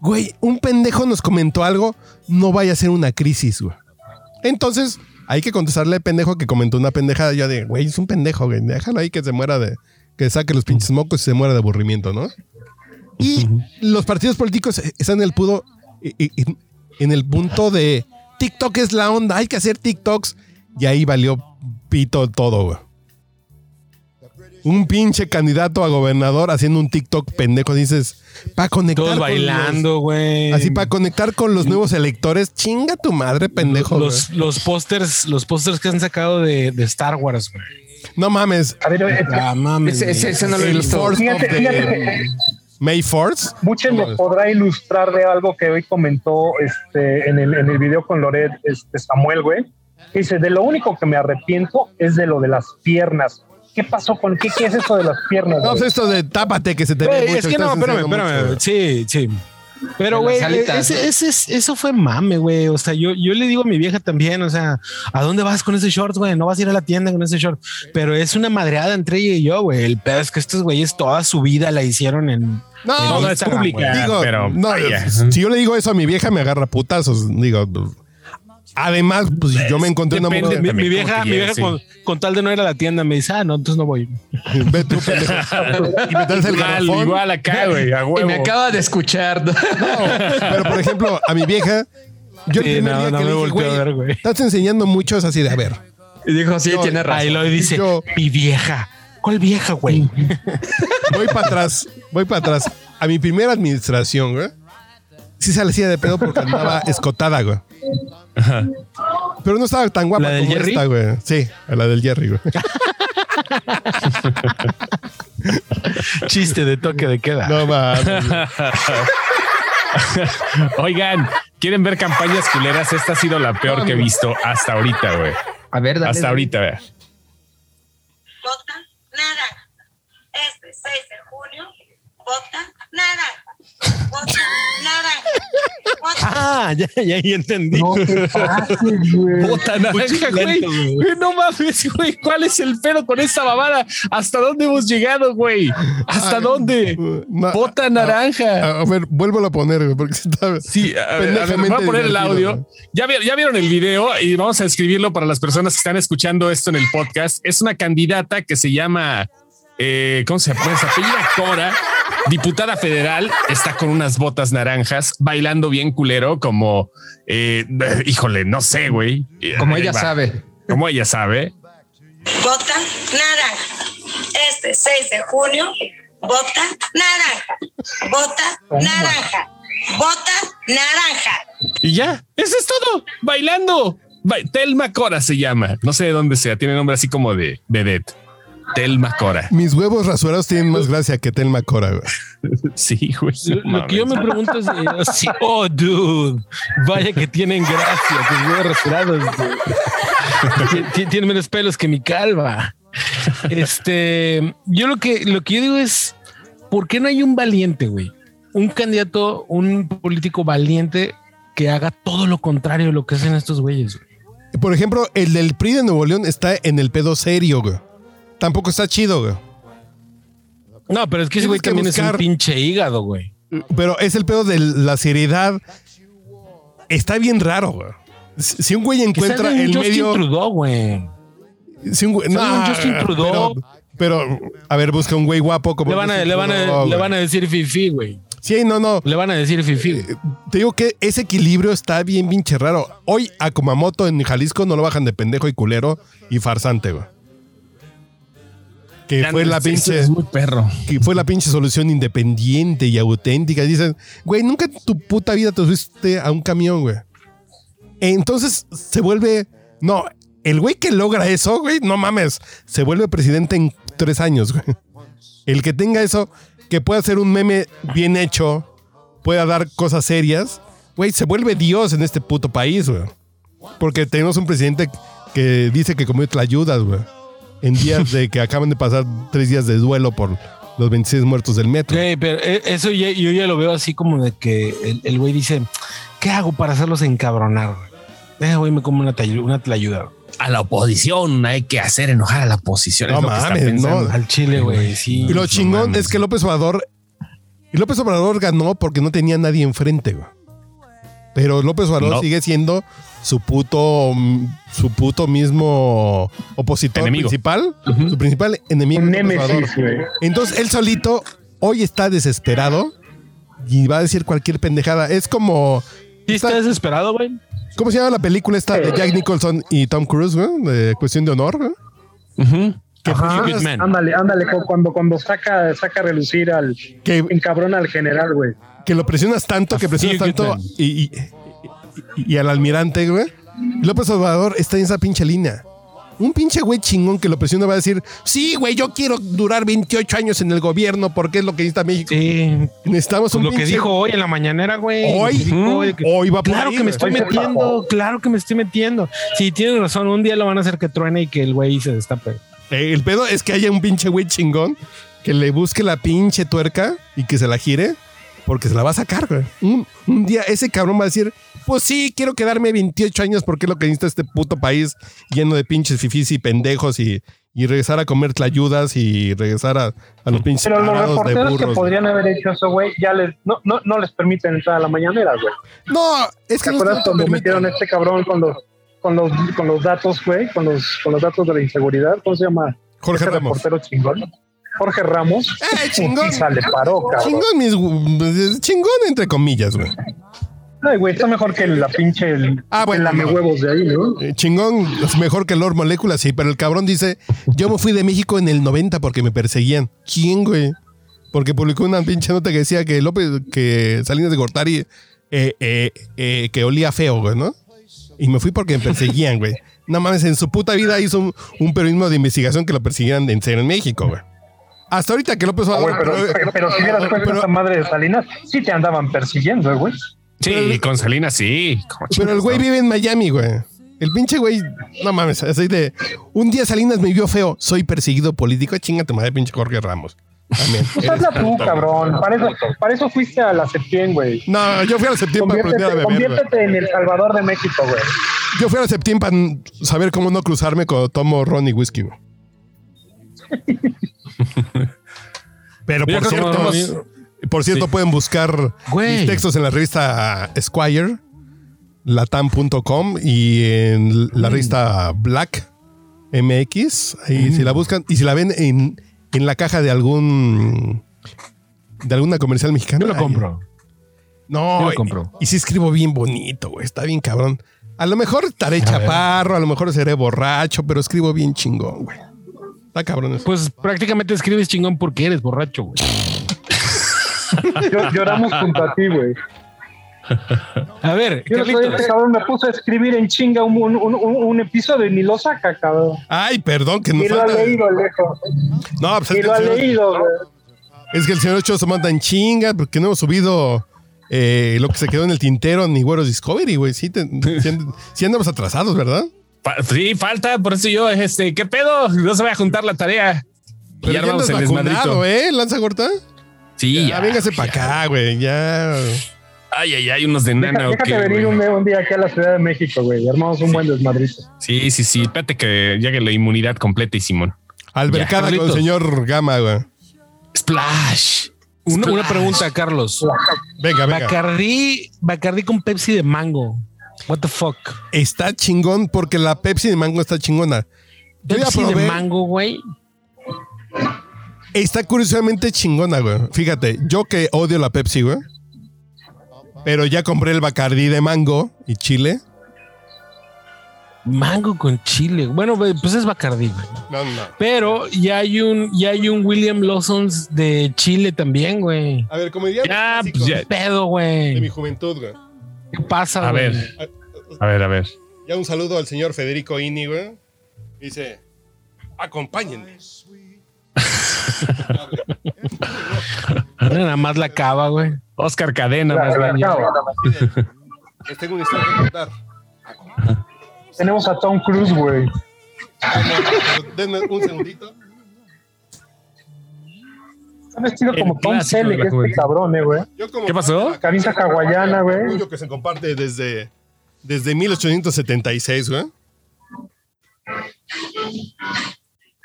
Güey, un pendejo nos comentó algo, no vaya a ser una crisis, güey. Entonces, hay que contestarle al pendejo que comentó una pendejada. Yo de, güey, es un pendejo, güey, déjalo ahí que se muera de, que saque los pinches mocos y se muera de aburrimiento, ¿no? Y los partidos políticos están en el pudo, en- en- en el punto de TikTok es la onda, hay que hacer TikToks. Y ahí valió pito todo, güey. Un pinche candidato a gobernador haciendo un TikTok pendejo, dices, para conectar.
Todos
con los-
bailando, güey.
así para conectar con los nuevos electores, chinga tu madre, pendejo.
Los, los pósters, los pósters que han sacado de, de Star Wars, güey.
güey. No mames.
A ver, eh,
Ah, mames.
Ese, ese,
güey.
ese no lo
El
ilustró.
Force of
Fíjate,
the-
fíjate.
May Force.
Buche me podrá ilustrar de algo que hoy comentó este, en, el, en el video con Loret este, Samuel, güey. que Dice, de lo único que me arrepiento es de lo de las piernas. ¿Qué pasó con qué? ¿Qué es eso de las piernas?
No,
güey?
pues esto de tápate que se te ve
Güey,
mucho,
es que
estás
no, espérame,
enseñando
espérame.
mucho, güey.
Sí, sí.
De
Pero,
las
güey, e-,
alitas,
ese-
¿no?
ese es- eso fue mame, güey. O sea, yo, yo le digo a mi vieja también, o sea, ¿a dónde vas con ese short, güey? No vas a ir a la tienda con ese short. Pero es una madreada entre ella y yo, güey. El pedo es que estos güeyes toda su vida la hicieron en... en
No,
Toda es
Instagram,
pública.
güey.
Digo,
pero
no,
vaya.
si yo le digo eso a mi vieja, me agarra putazos. Digo, pues, además, pues yo me encontré una
Depende,
mujer.
Mi, mi
También, ¿cómo
vieja,
te
mi vieja
llevas, sí?
con, con tal de no ir a la tienda me dice, ah, no, entonces no voy.
Ve tú, pendejo. Y me traes el
Igual,
garrafón.
igual acá, güey, a
Y
huevo.
me acaba de escuchar.
No, pero por ejemplo, a mi vieja, yo el
Sí,
primer
no,
día
no
que
me
le dije,
volteo a ver,
güey,
güey.
estás enseñando mucho, es así de, a ver,
Y dijo, sí,
Yo-
tiene
Ahí
razón.
lo dice,
Yo-
mi vieja. ¿Cuál vieja, güey?
voy para atrás, voy para atrás. A mi primera administración, güey, sí se le hacía de pedo porque andaba escotada, güey. Pero no estaba tan guapa
¿La del
como
Jerry?
esta, güey. Sí, a la del Jerry, güey.
Chiste de toque de queda.
No mames.
Oigan, ¿quieren ver campañas culeras? Esta ha sido la peor que he visto hasta ahorita, güey.
A ver, dale.
Hasta
dale.
ahorita, güey.
votan nada. Este 6 de junio, votan nada. Votan nada. Votan
Ah, ya, ya, ya entendí.
No te pases, güey.
Puta naranja, Pues güey.
lento, güey.
Güey, No mames, güey. ¿Cuál es el pedo con esta babada? ¿Hasta dónde hemos llegado, güey? ¿Hasta
Ay,
dónde?
no,
Bota
a-
naranja.
A, a ver, vuélvelo a poner, güey, porque sí está.
Sí, a ver, a ver, voy a
pendejamente
poner el
divertido,
audio. Ya, vi- ya vieron el video y vamos a escribirlo para las personas que están escuchando esto en el podcast. Es una candidata que se llama, eh, ¿cómo se llama? Se apellida Cora, diputada federal, está con unas botas naranjas, bailando bien culero, como, eh, híjole, no sé, güey.
Como
Ahí
ella
va.
sabe.
Como ella sabe.
votan nada. Este 6 de junio, votan naranja. Votan naranja. Votan naranja.
Y ya, eso es todo. Bailando. Ba- Telma Cora se llama. No sé de dónde sea. Tiene nombre así como de vedette. Telma Cora.
Mis huevos rasurados tienen más gracia que Telma Cora, güey.
Sí, güey.
Lo,
no
lo que yo
mames.
me pregunto es, eh, si- oh, dude, vaya que tienen gracia, tus huevos rasurados. dude. Tien- tien- Tienen menos pelos que mi calva. Este, yo lo que, lo que yo digo es, ¿por qué no hay un valiente, güey? Un candidato, un político valiente que haga todo lo contrario de lo que hacen estos güeyes. güey.
Por ejemplo, el del PRI de Nuevo León está en el pedo serio, güey. Tampoco está chido, güey.
No, pero es que ese güey
Tienes que
también es
buscar-
un pinche hígado, güey.
Pero es el pedo de la seriedad. Está bien raro, güey. Si si un güey
Que
encuentra
salga un
el
Justin
medio.
Trudeau, güey.
Si un güey,
salga un Justin Trudeau.
Pero, pero, a ver, busca un güey guapo como.
Le van a,
Justin
le van a,
Trudeau,
le
güey.
van a decir fifi, güey.
Sí, no, no.
Le van a decir fifi, güey.
Te digo que ese equilibrio está bien pinche raro. Hoy a Kumamoto en Jalisco no lo bajan de pendejo y culero y farsante, güey. Que
Ya
fue
no,
la
sí, sí,
pinche.
Es muy perro.
que fue la pinche solución independiente y auténtica. Y Dicen, güey, nunca en tu puta vida te subiste a un camión, güey. Entonces se vuelve. No, el güey que logra eso, güey, no mames, se vuelve presidente en tres años, güey. El que tenga eso, que pueda hacer un meme bien hecho, pueda dar cosas serias, güey, se vuelve Dios en este puto país, güey. Porque tenemos un presidente que dice que comió tlayudas, güey. En días de que acaban de pasar tres días de duelo por los 26 muertos del metro.
Güey, pero eh, eso ya- yo ya lo veo así como de que el- el güey dice, ¿qué hago para hacerlos encabronar? Deja, güey, me como una, tlayu- una tlayuda. güey".
A la oposición hay que hacer enojar a la oposición.
No
es lo que está
mames, no.
pensando.
Al chile, güey, sí.
Y lo
no
chingón
mames.
es que López Obrador. Y López Obrador ganó porque no tenía nadie enfrente, güey. Pero López Obrador
No.
sigue siendo su puto, mm, su puto mismo opositor
Enemigo.
principal, su principal enemigo.
Un
López Obrador.
némesis, güey.
Entonces él solito hoy está desesperado y va a decir cualquier pendejada. Es como.
¿Sí está desesperado, güey?
¿Cómo se llama la película esta
Eh.
de Jack Nicholson y Tom Cruise, güey? De cuestión de honor, güey. pues,
Ujú.
Ajá.
Pretty Good Man.
Ándale, ándale, cu- cuando, cuando saca, saca a relucir al
Que-
encabrón al general, güey.
que lo presionas tanto, que presionas
few good
tanto
men.
y, y- y- y al almirante, güey. López Obrador está en esa pinche línea. Un pinche güey chingón que lo presiona va a decir, sí, güey, yo quiero durar 28 años en el gobierno porque es lo que necesita México.
Sí.
Necesitamos un
Pues lo que
pinche-
dijo hoy en la mañanera, güey.
Hoy,
Dijo, de que-
hoy va por
Claro
ahí,
que me
güey.
estoy
Hoy se
metiendo,
tapó.
claro que me estoy metiendo. Sí, tienes razón, un día lo van a hacer que truene y que el güey se destape.
Eh, El pedo es que haya un pinche güey chingón que le busque la pinche tuerca y que se la gire porque se la va a sacar, güey. Un, un día ese cabrón va a decir, pues sí, quiero quedarme 28 años porque es lo que necesita este puto país lleno de pinches fifís y pendejos y, y regresar a comer tlayudas y regresar a, a los pinches
Pero los
parados de
reporteros que
burros.
podrían haber hecho eso, güey, ya les, no, no, no les permiten entrar a la mañanera, güey.
No, es
¿Te
que no
acuerdas
se lo
cuando
permiten.
metieron a este cabrón con los, con los, con los datos, güey? Con los, con los datos de la inseguridad. ¿Cómo se llama?
Jorge
Este
Ramos.
reportero chingón. Jorge Ramos.
¡Eh, chingón!
Putiza le paró, cabrón.
Chingón, mis, gu- chingón entre comillas, güey.
Ay, güey, está mejor que la pinche el,
Ah, bueno,
lame huevos de ahí, ¿no?
Eh, chingón, es mejor que Lord Molecula, sí, pero el cabrón dice, yo me fui de México en el 90 porque me perseguían. ¿Quién, güey? Porque publicó una pinche nota que decía que López, que Salinas de Gortari, eh, eh, eh, que olía feo, güey, ¿no? Y me fui porque me perseguían, güey. No mames, en su puta vida hizo un, un periodismo de investigación que lo persiguieran en serio en México, güey. Hasta ahorita que López
Ah, güey, pero,
Obrador-
pero, pero si vieras cuál
pero-
esa madre de Salinas, sí te andaban persiguiendo, güey.
Sí, con Salinas sí. Como
Pero el
chingas,
güey
¿no?
vive en Miami, güey. El pinche güey, no mames, así de un día Salinas me vio feo, soy perseguido político, chingate madre, pinche Jorge Ramos. También.
Pues hazla tú, cabrón. Para eso, para eso fuiste a la Septién, güey.
No, yo fui al septiembre para aprender a beber,
Conviértete,
güey.
conviértete en el Salvador de México, güey.
Yo fui al septiembre para saber cómo no cruzarme cuando tomo ron y whisky, güey. Pero
Yo
por
creo que
cierto,
todos-
por cierto, pueden buscar
Güey.
mis textos en la revista Squire, latam.com y en la revista Black MX. Y si la buscan, y si la ven en, en la caja de algún de alguna comercial mexicana.
Yo lo
ahí-
compro.
no,
Yo lo
y-
compro.
Y, sí escribo bien bonito, güey. Está bien cabrón. A lo mejor estaré chaparro, a lo mejor seré borracho, pero escribo bien chingón, güey. Está cabrón eso.
Pues prácticamente escribes chingón porque eres borracho, güey.
Yo- Lloramos junto a ti, güey.
A ver,
Yo el otro día, este
Carlitos.
cabrón me puso a escribir en chinga un, un- un- un- un episodio y ni lo saca, cabrón.
Ay, perdón, que no
Ni lo ha
falta.
leído, lejos.
No, pues,
Ni lo ha
el señor-
leído, güey.
Es que el señor Ochoa se manda en chinga porque no hemos subido eh, lo que se quedó en el tintero ni Güeros Discovery, güey. Sí, te- sí and- sí andamos atrasados, ¿verdad?
Fa- sí, falta, por eso yo, este, ¿qué pedo? No se va a juntar la tarea.
Pero ya
armamos
andas vacunado, ¿eh? Lanza corta.
Sí,
Ya,
ya.
véngase para acá, güey. Ya.
Ay, ay, ay, unos de nana.
Deja-
¿o
déjate
qué,
venir
güey?
un, un día aquí a la Ciudad de México, güey. y Armamos un buen desmadrito.
Sí, sí, sí. Espérate que llegue la inmunidad completa y Simón.
Albercada
Ya,
con el
Carlitos.
señor Gama, güey.
Splash.
Una, una pregunta, Carlos.
Venga, venga.
Bacardí, Bacardí con Pepsi de mango. What the fuck?
Está chingón porque la Pepsi de mango está chingona. Yo ya
Pepsi de
probé.
mango, güey.
Está curiosamente chingona, güey. Fíjate, yo que odio la Pepsi, güey. Pero ya compré el Bacardí de mango y chile.
Mango con chile. Bueno, güey, pues es Bacardí, güey.
No, no.
Pero ya hay un, ya hay un William Lawson's de Chile también, güey.
A ver, como diría
Ya,
mi
pues ya.
clásico
¿Qué pedo,
de mi
güey?
juventud, güey.
¿Qué pasa,
A
güey?
ver. A ver, a ver.
Ya un saludo al señor Federico Ini, güey. Dice, acompáñenme.
Mira Nada más la cava, güey.
Oscar Cadena,
La-
más
la
bien.
acabo.
Les tengo una historia que contar.
Tenemos a Tom Cruise, güey.
Pero Denme un segundito.
Está vestido
El
como Tom
clásico de
Selleck
la
este
juventud.
cabrón, eh, güey.
Yo como
¿Qué pasó?
Camisa hawaiana, güey.
orgullo que se comparte desde, desde 1876, güey.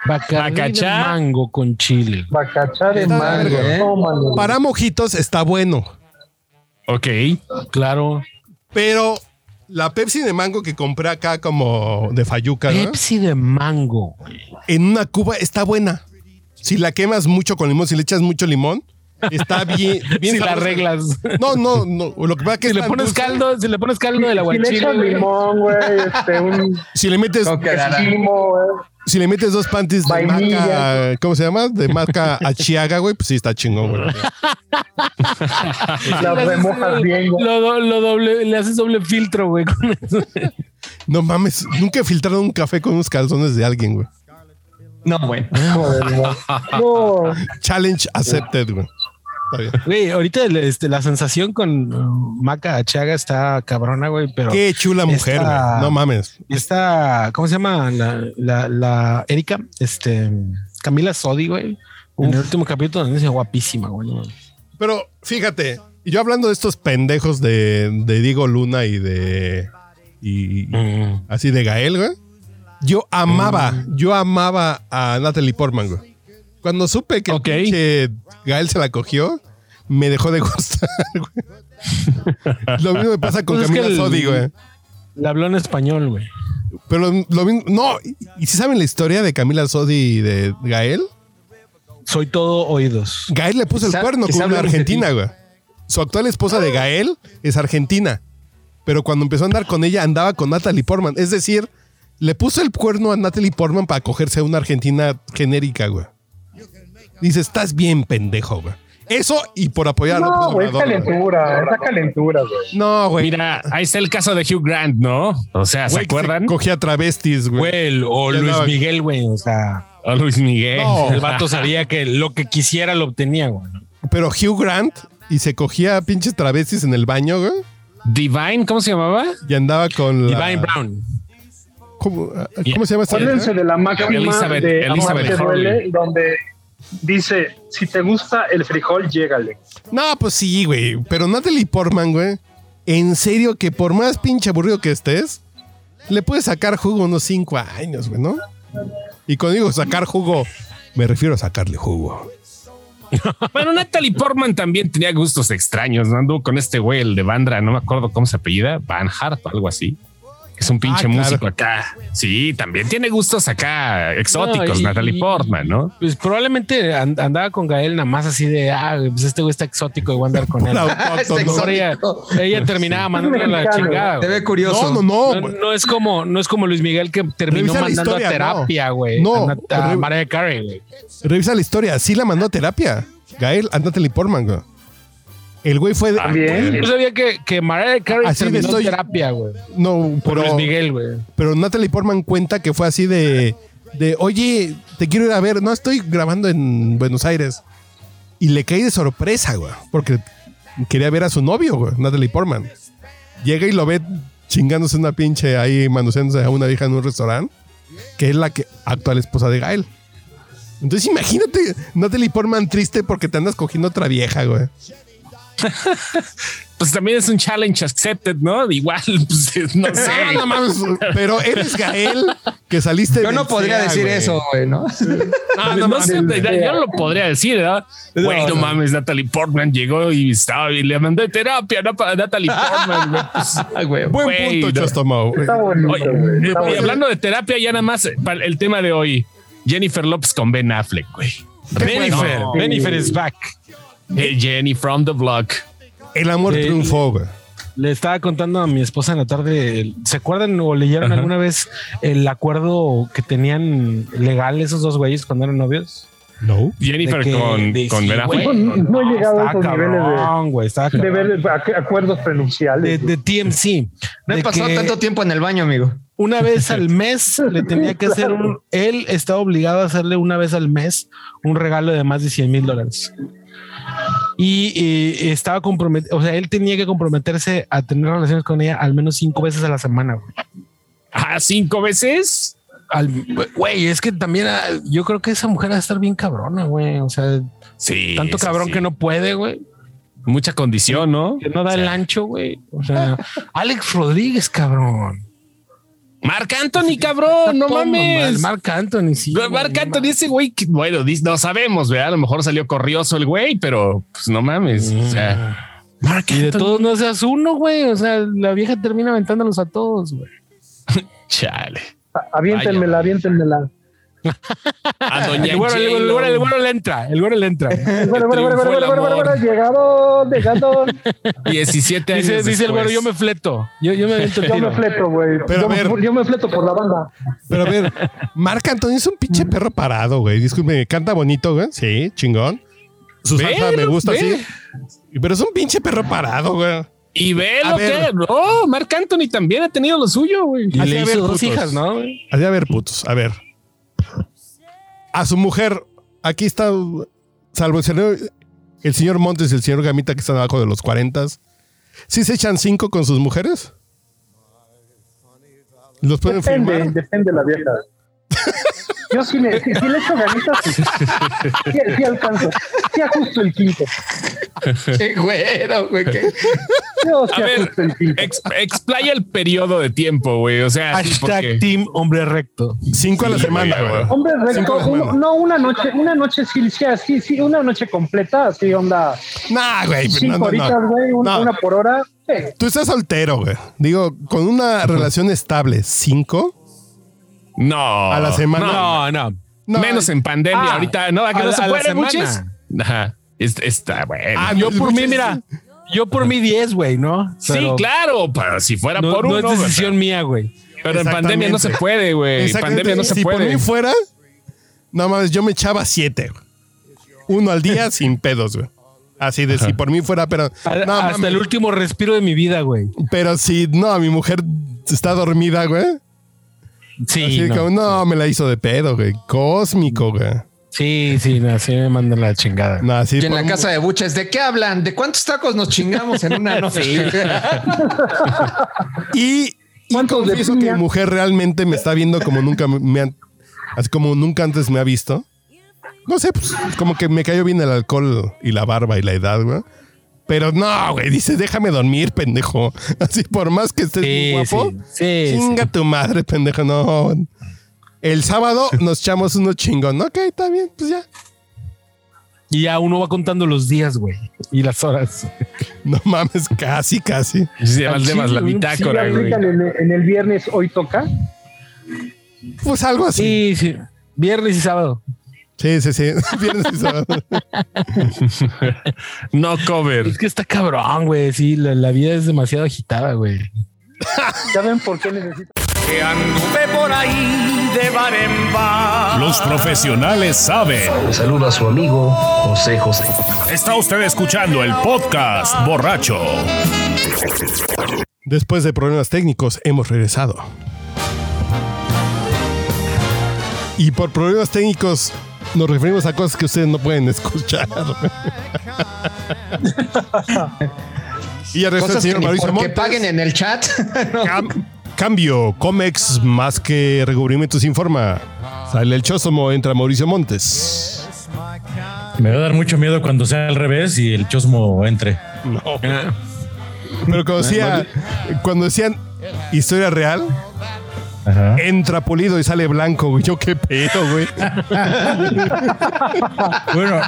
Bacardí de
Bacachá.
mango con chile.
Bacachá de
Está de
mango.
verga, ¿eh?
Tómalo.
Para mojitos está bueno,
Ok.
Claro.
pero la Pepsi de mango que compré acá como de Fayuca, ¿no?
Pepsi de mango. güey.
en una cuba está buena. Si la quemas mucho con limón, si le echas mucho limón, está bien. bien
si la
sabrosa.
arreglas.
No, no, no. Lo que pasa es que
Si
es
le
tan
pones
dulce.
caldo, si le pones caldo del
Si le
aguachile.
echas
güey.
limón, güey, este, un
Si le metes,
No quedará.
esquimo, güey.
si le metes dos panties de
Vainilla.
marca, ¿cómo se llama? De marca Achiaga, güey, pues sí está chingón, güey.
Las remojas bien, güey.
Lo, do- lo doble, le haces doble filtro, güey. con eso.
No mames, nunca he filtrado un café con unos calzones de alguien, güey.
No, bueno.
Joder, güey. No,
Challenge accepted, güey. Está bien.
Güey, ahorita el- este, la sensación con uh, Maca Achaga está cabrona, güey, pero
Qué chula mujer, güey.
Esta-
No mames.
esta, ¿cómo se llama? La, la, la Erika, este, Camila Sodi, güey. En el último capítulo donde dice guapísima, güey. no mames.
Pero fíjate, yo hablando de estos pendejos de, de Diego Luna y de. Y,
Mm.
Mm.
así de Gael, güey. Yo amaba, yo amaba a Natalie Portman, güey. Cuando supe que el
Ok.
pinche Gael se la cogió, me dejó de gustar, güey. Lo mismo me pasa con
Pues es que
Camila
el-
Sodi, güey.
Le habló en español, güey.
Pero lo mismo. No, y, y si saben la historia de Camila Sodi y de Gael,
Soy todo oídos.
Gael le puso el
Quizá-
cuerno
quizá
con una
hablemos de
argentina, güey. Su actual esposa de Gael es argentina. Pero cuando empezó a andar con ella, andaba con Natalie Portman. Es decir, le puso el cuerno a Natalie Portman para cogerse a una argentina genérica, güey. Dice, estás bien pendejo, güey. Eso y por apoyar a López
no, güey, es
Obrador, güey.
calentura, es la calentura, güey.
No, güey.
Mira, ahí está el caso de Hugh Grant, ¿no? O sea, ¿se
Güey, que
acuerdan?
Cogía travestis, güey.
Güey, o
Ya
Luis
andaba-
Miguel, güey. O sea,
O Luis Miguel.
No.
el vato sabía que lo que quisiera lo obtenía, güey.
Pero Hugh Grant y se cogía a pinches travestis en el baño, güey.
Divine, ¿cómo se llamaba?
Y andaba con la...
Divine Brown.
¿Cómo, cómo se llama esta
Acuérdense de la máxima
Elizabeth-
de Amor
Elizabeth
te duele,
Hurley.
donde dice, si te gusta el frijol, llégale.
No, pues sí, güey. Pero Natalie Portman, güey. En serio, que por más pinche aburrido que estés, le puedes sacar jugo unos cinco años, güey, ¿no? Y cuando digo sacar jugo, me refiero a sacarle jugo.
Bueno, Natalie Portman también tenía gustos extraños, ¿no? Anduvo con este güey, el de Bandra, no me acuerdo cómo se apellida, Van Hart o algo así. Es un pinche
Ah, claro.
músico acá. Sí, también tiene gustos acá exóticos,
No, y-
Natalie Portman, ¿no?
Pues probablemente and- andaba con Gael nada más así de, ah, pues este güey está exótico y voy a andar con él.
Pura
Este
autóctono.
Mejor ella, ella terminaba mandándole la
Mexicano,
chingada.
Te
güey.
ve curioso.
No, no,
No,
no. güey.
no es como, no es como Luis Miguel que terminó
Revisa la
mandando
historia,
a terapia,
no.
güey.
No,
a, a
re-
Mariah Carey, güey.
Revisa la historia. Sí la mandó a terapia. Gael, a Natalie Portman, güey. El güey fue de.
También. Yo sabía que, que Mariah Carey
Así
terminó
estoy-
terapia, güey.
No,
Por
pero,
Luis Miguel, güey.
pero Natalie Portman cuenta que fue así de, de, oye, te quiero ir a ver. No, estoy grabando en Buenos Aires. Y le caí de sorpresa, güey, porque quería ver a su novio, güey, Natalie Portman. Llega y lo ve chingándose una pinche ahí, manoseándose a una vieja en un restaurante, que es la que, actual esposa de Gael. Entonces imagínate Natalie Portman triste porque te andas cogiendo otra vieja, güey.
Pues también es un challenge accepted, ¿no? Igual, pues no sé.
Ah, No, no mames, pero eres Gael que saliste
Yo no
del
podría
CEA,
decir
ah, güey.
eso, güey, ¿no?
No, no, no sé, ya- ya no lo podría decir, ¿verdad? Güey, no mames, Natalie Portman llegó y estaba y le mandé terapia ¿no? para Natalie Portman. güey, pues,
Ah,
Ay, güey.
Buen
Güey,
punto,
no.
Chastomao, güey.
Está bonito,
Oye,
güey.
eh,
Está
oye,
bonito.
hablando de terapia, ya nada más eh, para el tema de hoy. Jennifer Lopes con Ben Affleck, güey.
Jennifer,
No.
Jennifer is back.
Eh, Jenny from the block.
El amor
Sí.
triunfó, güey.
Le estaba contando a mi esposa en la tarde, ¿se acuerdan o leyeron
Ajá.
alguna vez el acuerdo que tenían legal esos dos güeyes cuando eran novios?
No.
Jennifer
De que-
con,
de-
con
sí,
Ben Affleck.
güey.
No, no he llegado a
Estaba
esos niveles de-
cabrón, güey, estaba
De
cabrón.
ver ac- acuerdos
de,
pronunciales.
de TMC.
No he
de
pasado
que
tanto tiempo en el baño, amigo.
Una vez al mes le tenía que hacer un. Él estaba obligado a hacerle una vez al mes un regalo de más de 100 mil dólares. Y eh, estaba comprometido. O sea, él tenía que comprometerse a tener relaciones con ella al menos cinco veces a la semana. güey.
Ah, cinco veces.
Al- Güey, es que también ah, yo creo que esa mujer va a estar bien cabrona, güey. O sea,
Sí.
tanto
sí,
cabrón
sí.
que no puede, güey.
Mucha condición, ¿no?
Que no da el ancho, güey. O sea, Alex Rodríguez, cabrón.
Marc Anthony, cabrón, no mames.
Marc Anthony, sí.
Marc
güey, no
Anthony, ese güey, que- bueno, dis- no sabemos, ¿verdad? A lo mejor salió corrioso el güey, pero pues no mames. O sea,
Y de todos no seas uno, güey. O sea, la vieja termina aventándolos a todos, güey.
chale.
A- Aviéntenmela, aviéntenmela.
A doña
El güero, el güero, el güero, el
J-Lo.
güero le entra, el güero le entra.
Bueno, bueno, bueno,
triunfó
bueno,
el
bueno, bueno,
amor.
bueno, llegaron, llegaron.
17 años.
Dice, dice el güero,
después.
yo me fleto. Yo, yo me aviento el
Yo
tiro.
me fleto, güey.
Pero
Yo,
a ver.
me- yo me fleto por la banda.
Pero a ver, Marc Anthony es un
Mm.
pinche perro parado, güey. Disculpe, canta bonito, güey. Sí, chingón. Su
Velo,
salsa me gusta,
ve.
sí. Pero es un pinche perro parado, güey.
Y ve
A
lo
ver.
que. No, Marc Anthony también ha tenido lo suyo, güey.
Así,
Y
a
le
ver,
hizo dos
putos.
hijas, ¿no? güey?
Así, a ver, putos, a ver. A su mujer, aquí está, salvo el señor, el señor Montes y el señor Gamita que están abajo de los 40. ¿Sí se echan cinco con sus mujeres? ¿Los pueden
Depende,
firmar?
depende la vieja. Yo sí le, sí, sí le echo ganitas. Sí, sí, sí alcanzo. Sí ajusto el quinto.
Qué güero, güey. qué-
Yo sí
A ver,
ajusto el quinto.
ex- explaya el periodo de tiempo, güey. O sea, así porque-
Hashtag Team Hombre Recto.
Cinco a la
Sí,
semana,
güey,
güey.
Hombre
Cinco
recto,
de
uno-
huevo.
no, una noche, una noche sí, sí, sí, sí, una noche completa, así onda.
Nah, güey. pero no,
Cinco
no, no.
horitas, güey, una,
No.
una por hora. Sí.
Tú estás soltero, güey. Digo, con una relación estable, cinco
no.
a la semana.
No, no.
No,
menos en pandemia.
Ah,
Ahorita, no, ¿a que
a
no
la-
se
a la
puede,
semana.
muchis? Ajá. Es- Está bueno.
Ah,
Yo por mí,
muchas-
mira, yo por mí 10, güey, ¿no?
sí,
Pero
claro. Pero si fuera
No,
por
no
uno.
es decisión mía, güey.
pero- Pero en pandemia no se
Exactamente.
puede, güey. En
Exactamente.
pandemia no se
si por
puede.
mí fuera, no mames, yo me echaba siete. güey. Uno al día sin pedos, güey. Así de si por mí fuera, pero.
A-
no,
hasta
mames,
el último respiro de mi vida, güey.
Pero si no, mi mujer está dormida, güey. Así
Sí, no.
como, no, me la hizo de pedo, güey. Cósmico, güey.
sí, sí, no, sí me mandan la chingada.
No, así
Y en
por
la
un-
casa de Buches, ¿de qué hablan? ¿De cuántos tacos nos chingamos en una noche?
Y, y
¿Cuántos de
confieso que
piña?
mi mujer realmente me está viendo como nunca me han, así como nunca antes me ha visto. No sé, pues como que me cayó bien el alcohol y la barba y la edad, güey. Pero no, güey, dices, déjame dormir, pendejo. Así por más que estés
Sí,
muy guapo,
sí, sí,
chinga tu madre, pendejo. No. El sábado nos echamos unos chingón. Ok, está bien, pues ya.
Y ya uno va contando los días, güey, y las horas.
No mames, casi, casi.
Sí, además, además, la
Sí,
Sí,
bitácora,
le
güey.
aplican en, el- en el viernes hoy toca.
Pues algo así.
Sí, sí. Viernes y sábado.
Sí, sí, sí. Viernes y sábado.
No cover.
Es que está cabrón, güey. Sí, la, la vida es demasiado agitada, güey.
¿Saben por qué necesito?
que anduve por ahí de bar en bar.
Los profesionales saben.
Le saluda a su amigo José José.
Está usted escuchando el podcast borracho.
Después de problemas técnicos, hemos regresado. Y por problemas técnicos, nos referimos a cosas que ustedes no pueden escuchar. y al resto el
Cosas que
señor
ni
Mauricio
porque
Montes.
paguen en el chat. no.
Cam- cambio, Comex más que recubrimientos informa. Sale el Chosomo, entra Mauricio Montes.
Me va a dar mucho miedo cuando sea al revés y el chosmo entre.
Pero cuando, decía- cuando decían historia real,
Ajá.
entra polido y sale blanco, güey. Yo qué pedo, güey.
Bueno,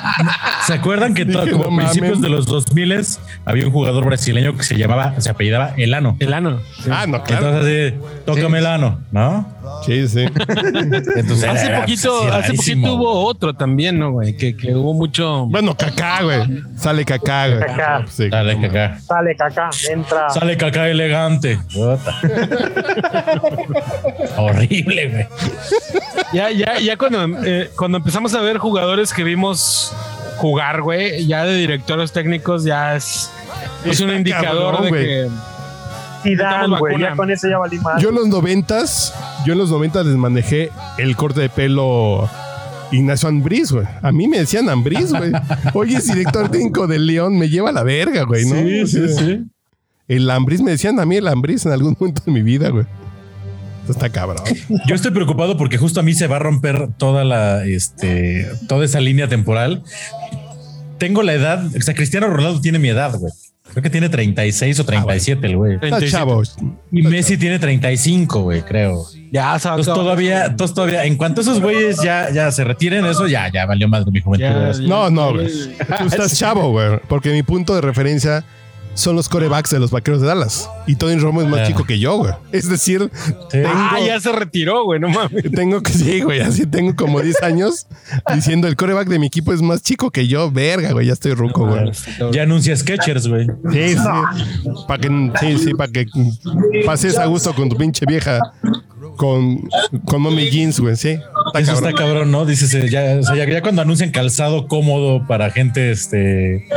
¿se acuerdan que
Dije,
como
no mames.
principios de los 2000 había un jugador brasileño que se llamaba, se apellidaba Elano?
Elano.
Ah, no, claro.
Entonces así, tócame Elano, ¿no?
Sí, sí.
Entonces,
Hace
era
poquito,
obsesionadísimo,
hace poquito
güey.
hubo otro también, ¿no, güey? Que, que hubo mucho.
Bueno, cacá, güey. Sale cacá, güey.
Cacá.
Sí.
Sale caca.
Sale caca, entra.
Sale caca elegante. Puta. Horrible, güey.
Ya, ya, ya cuando, eh, cuando empezamos a ver jugadores que vimos jugar, güey, ya de directores técnicos, ya es, es un
Está
indicador
cabrón,
de
güey.
que.
Zidane, güey. Ya
vacuna.
con ese ya valí más.
Yo en los noventas, yo en los noventas les manejé el corte de pelo Ignacio Ambriz, güey. A mí me decían Ambriz, güey. Oye, es director técnico del León, me lleva a la verga, güey, ¿no? O sea, El Ambriz, me decían a mí el Ambriz en algún momento de mi vida, güey. Esto está cabrón.
Yo estoy preocupado porque justo a mí se va a romper toda la, este, toda esa línea temporal. Tengo la edad, o sea, Cristiano Ronaldo tiene mi edad, güey. Creo que tiene 36 o 37, el güey.
Está chavo.
Y Messi tiene 35, güey, creo.
Ya, se va a
Entonces
acabar.
todavía, entonces todavía, en cuanto esos güeyes ya, ya se retiren, eso ya, ya valió madre mi juventud.
Ya,
güey.
No, no, güey. Tú estás chavo, güey. Porque mi punto de referencia son los corebacks de los vaqueros de Dallas. Y Tony Romo es más
Claro.
chico que yo, güey. Es decir, tengo,
Ah, ya se retiró, güey, no mames.
Tengo que, sí, güey, así tengo como 10 años diciendo el coreback de mi equipo es más chico que yo, verga, güey, ya estoy ruco, güey.
Ya anuncia Sketchers, güey.
Sí, sí. Para que, sí, sí, para que pases a gusto con tu pinche vieja, con, con mommy jeans, güey, sí. Está
Eso
cabrón.
está cabrón, ¿no? Dices, eh, ya, o sea, ya, ya cuando anuncian calzado cómodo para gente, este,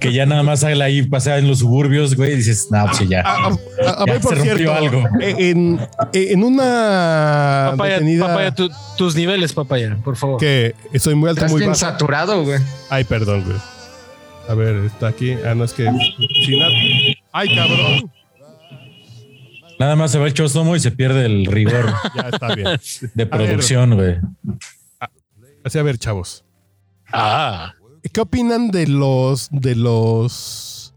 que ya nada más sale ahí pasea en los suburbios, güey, dices, no, pues ya.
Ah, ah, ah,
Ya
güey, por
se rompió
cierto, eh,
algo.
En, en una
Papaya,
detenida
papaya, tu- tus niveles, papaya, por favor.
que estoy muy alto,
Estás
muy
bien
bajo.
saturado, güey.
Ay, perdón, güey. A ver, está aquí. Ah, no, es que... sin nada. Ay, cabrón.
Nada más se va el chostomo y se pierde el rigor
Ya está bien.
de producción, güey.
Así, a ver, chavos.
Ah,
¿Qué opinan de los de los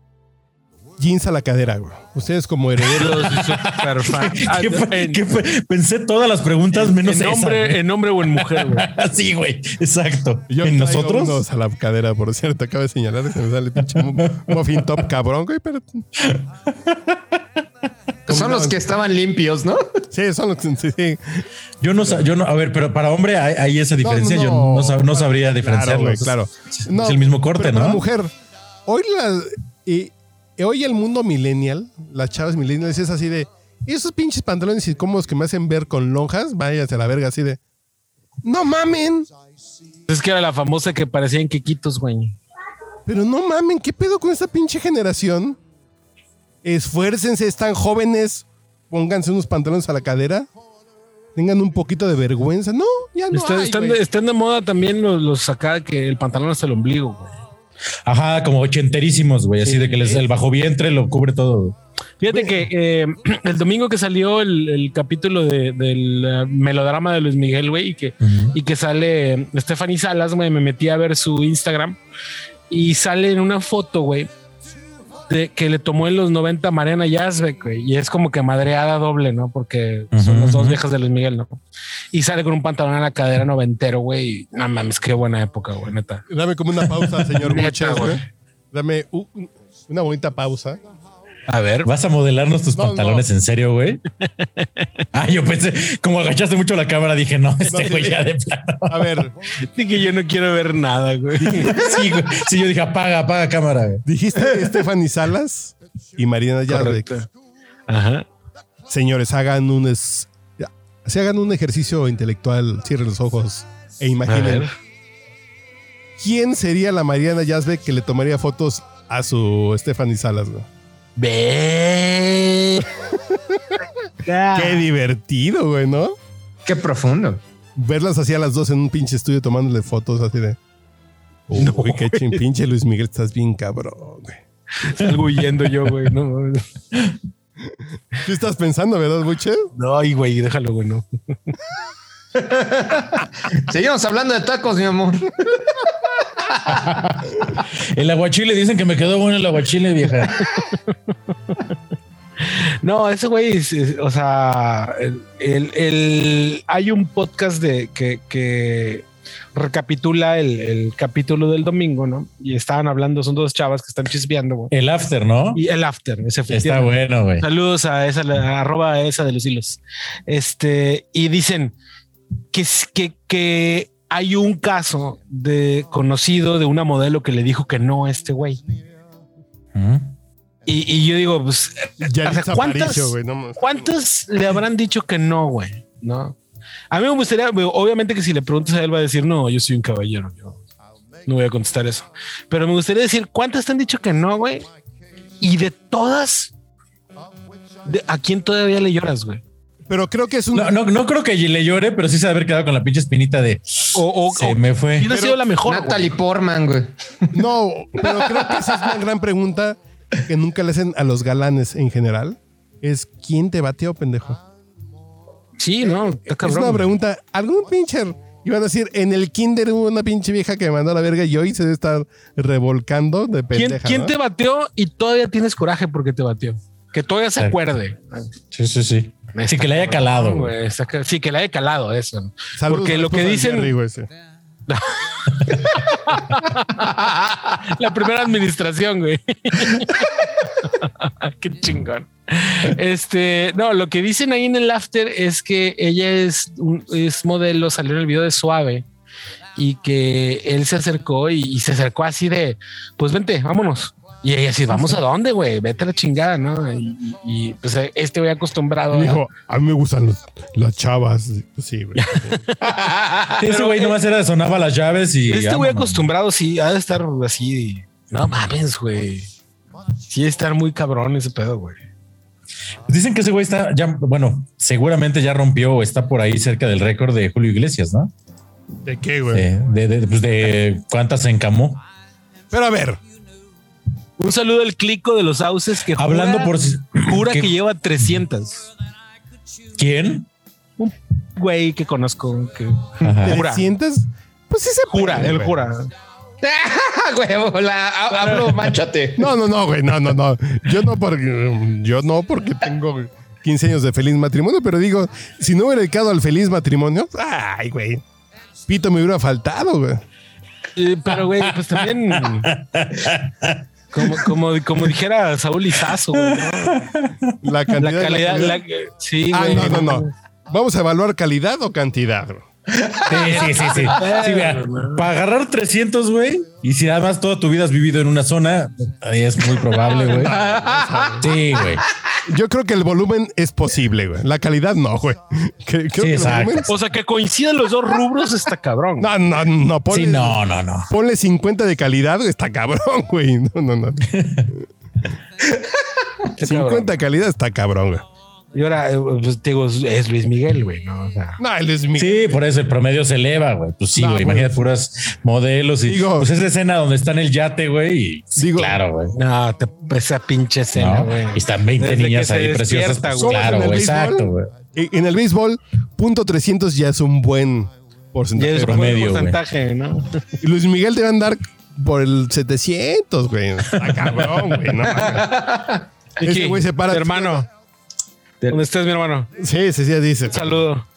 jeans a la cadera, güey? Ustedes como herederos.
los super fan.
Ah,
¿Qué fue-
en,
qué fue? Pensé todas las preguntas menos
en
esa,
hombre,
güey. Ah,
en hombre o en mujer, güey.
Sí, güey, exacto.
Yo
¿En
traigo
nosotros?
unos a la cadera, por cierto. Acabo de señalar que se me sale el pinche mu- muffin top cabrón, güey, pero.
Son los que estaban limpios, ¿no?
Sí, son los que. Sí, sí.
Yo no, sa- yo no, a ver, pero para hombre hay, hay esa diferencia.
no,
Yo no, sab- no
claro,
sabría
Claro,
diferenciarlo.
güey, claro.
Es,
No,
el mismo corte,
pero para
¿no?
mujer. Hoy la. y- y hoy el mundo millennial, las chavas millennials, es así de. Esos pinches pantalones incómodos que me hacen ver con lonjas, váyanse a la verga, así de. ¡No mamen!
Es que era la famosa que parecían quiquitos, güey.
Pero no mamen, ¿qué pedo con esta pinche generación? Esfuércense, están jóvenes, pónganse unos pantalones a la cadera, tengan un poquito de vergüenza. No, ya no.
Está-
hay,
están,
güey.
de, están de moda también los, los acá que el pantalón hasta el ombligo, güey.
Ajá, como ochenterísimos, güey. Así de que les, el bajo vientre lo cubre todo.
Fíjate que eh, el domingo que salió el, el capítulo de- del eh, melodrama de Luis Miguel, güey, y que, y que sale eh, Stephanie Salas, güey, me metí a ver su Instagram y sale en una foto, güey, de, que le tomó en los 90 Mariana Yazbek, güey, y es como que madreada doble, ¿no? Porque
Ujú,
son las dos
ujú.
viejas de Luis Miguel, ¿no? Y sale con un pantalón a la cadera noventero, güey, y no mames, qué buena época, güey, neta.
Dame como una pausa, señor
Neta,
Buches,
güey.
güey. Dame u- una bonita pausa.
A ver,
¿Vas a modelarnos tus
No,
pantalones en serio, güey? ah, yo pensé, como agachaste mucho la cámara, dije, no, este
sí,
güey
sí.
ya de plano.
A ver,
que yo no quiero ver nada, güey.
sí, güey. Sí, yo dije, apaga, apaga cámara, güey.
dijiste que Stephanie Salas y Mariana Yarbeck.
Ajá.
Señores, hagan un es- Se hagan un ejercicio intelectual, cierren los ojos e imaginen. ¿Quién sería la Mariana Yazbe que le tomaría fotos a su Stephanie Salas, güey?
Ve.
Qué divertido, güey, ¿no?
Qué profundo.
Verlas así a las dos en un pinche estudio tomándole fotos así de. Uy, qué chin pinche Luis Miguel, estás bien cabrón, güey.
Salgo huyendo yo, güey. No, mames.
¿Qué estás pensando, verdad, Buche?
no, ay, güey, déjalo, güey. No.
Seguimos hablando de tacos, mi amor.
El aguachile, dicen que me quedó bueno el aguachile, vieja.
No, ese güey, es- es- o sea, el, el- el- hay un podcast de que, que recapitula el, el capítulo del domingo, ¿no? Y estaban hablando, son dos chavas que están chispeando, güey.
El after, ¿no?
Y el after, ese fue.
Está bueno, güey.
Saludos a esa, la- arroba a esa de los hilos. Este, y dicen que, es- que, que hay un caso de conocido de una modelo que le dijo que no a este güey.
¿Mm?
Y, y yo digo, pues,
Ya
sea, ¿cuántas-
güey. No, mames.
¿Cuántos le habrán dicho que no, güey? No. A mí me gustaría, obviamente que si le preguntas a él va a decir, no, yo soy un caballero, yo no voy a contestar eso. Pero me gustaría decir, ¿cuántas te han dicho que no, güey? Y de todas, de- ¿a quién todavía le lloras, güey?
Pero creo que es un.
No, no, no creo que le llore, pero sí se ha de haber quedado con la pinche espinita de
O, o,
se
o-
me fue.
¿quién ha sido la mejor? güey?
Natalie Portman, güey.
No, pero creo que esa es una gran pregunta que nunca le hacen a los galanes en general. Es quién te bateó, pendejo.
Sí, no, está
eh, Es
cabrón.
una pregunta. Algún pincher iban a decir en el kinder hubo una pinche vieja que me mandó a la verga y hoy se debe estar revolcando de
¿Quién,
pendeja.
quién
¿no?
te bateó y todavía tienes coraje porque te bateó? Que todavía se
Exacto.
acuerde.
Sí, sí, sí. Sí, que le haya calado. güey.
Está ca- Sí, que le haya calado eso. ¿no?
Saludos
porque
a
lo que
esposa de
dicen-
Jerry, güey, sí.
La primera administración, güey. Qué chingón. Este, no, lo que dicen ahí en el after es que ella es, un- es modelo, salió en el video de Suave y que él se acercó y, y se acercó así de, pues vente, vámonos. Y ella así, vamos a dónde, güey, vete a la chingada, ¿no? Y, y, y, pues este güey acostumbrado. a-
Dijo, a mí me gustan los- las chavas. Sí, güey.
Sí, ese güey nomás era, sonaba las llaves y.
Ah, Este güey
vámonos.
acostumbrado, sí, ha de estar así. No mames, güey. Sí, estar muy cabrón ese pedo, güey.
Dicen que ese güey está ya, bueno, seguramente ya rompió o está por ahí cerca del récord de Julio Iglesias, ¿no?
¿De qué, güey?
De, de, de- pues de cuántas se encamó.
Pero a ver,
Un saludo al clico de los sauces que jura-
Hablando por si-
jura
¿Qué?
que lleva 300.
quién.
Güey que conozco que
Ajá.
Jura.
¿te sientes? Pues sí se
jura,
puede,
él
güey.
jura.
Ah, güey, hola, ha- hablo, manchate.
No, no, no, güey, no, no, no. Yo no porque yo no porque tengo 15 años de feliz matrimonio, pero digo, si no hubiera dedicado al feliz matrimonio, ay, güey. Pito me hubiera faltado, güey.
Eh, pero güey, pues también como como como dijera Saúl Izazo, güey, ¿no?
La
la
calidad. de
calidad
comida-
la sí,
Ah,
güey.
no, no, no. Vamos a evaluar calidad o cantidad. güey.
Sí, sí, sí, sí. Sí, vea, para agarrar 300, güey, y si además toda tu vida has vivido en una zona, ahí es muy probable, güey. Sí, güey.
Yo creo que el volumen es posible, güey. La calidad no, güey. Que- creo que el
exacto.
volumen-
O sea, que coincidan los dos rubros está cabrón.
No, no, no. Ponle,
Sí, no, no, no.
ponle 50 de calidad, güey, está cabrón, güey. No, no, no.
Está cabrón.
50 de calidad está cabrón, güey.
Y ahora eh, pues, te digo, es Luis Miguel, güey, ¿no? O sea,
No, él es mi.
Sí, por eso el promedio se eleva, güey. Pues sí,
No, güey.
güey. imagínate puras modelos y
Digo-
pues esa escena donde está en el yate, güey. y- sí,
Digo-
claro, güey.
no, te- esa pinche escena,
¿no?
güey.
Y están 20
Desde
niñas
que se
ahí preciosas.
despierta,
pues,
güey.
claro,
¿Cómo en el
güey.
béisbol?
Exacto, güey.
E- En el béisbol, punto 300 ya es un buen
Ya
porcentaje.
es
de
buen
promedio.
promedio, güey.
porcentaje, ¿no?
Y Luis Miguel debe andar por el 700, güey. Está cabrón, güey. No, mames. Ese güey se para.
Hermano. ¿Dónde estás, mi hermano?
sí, sí, sí, dice.
Un saludo.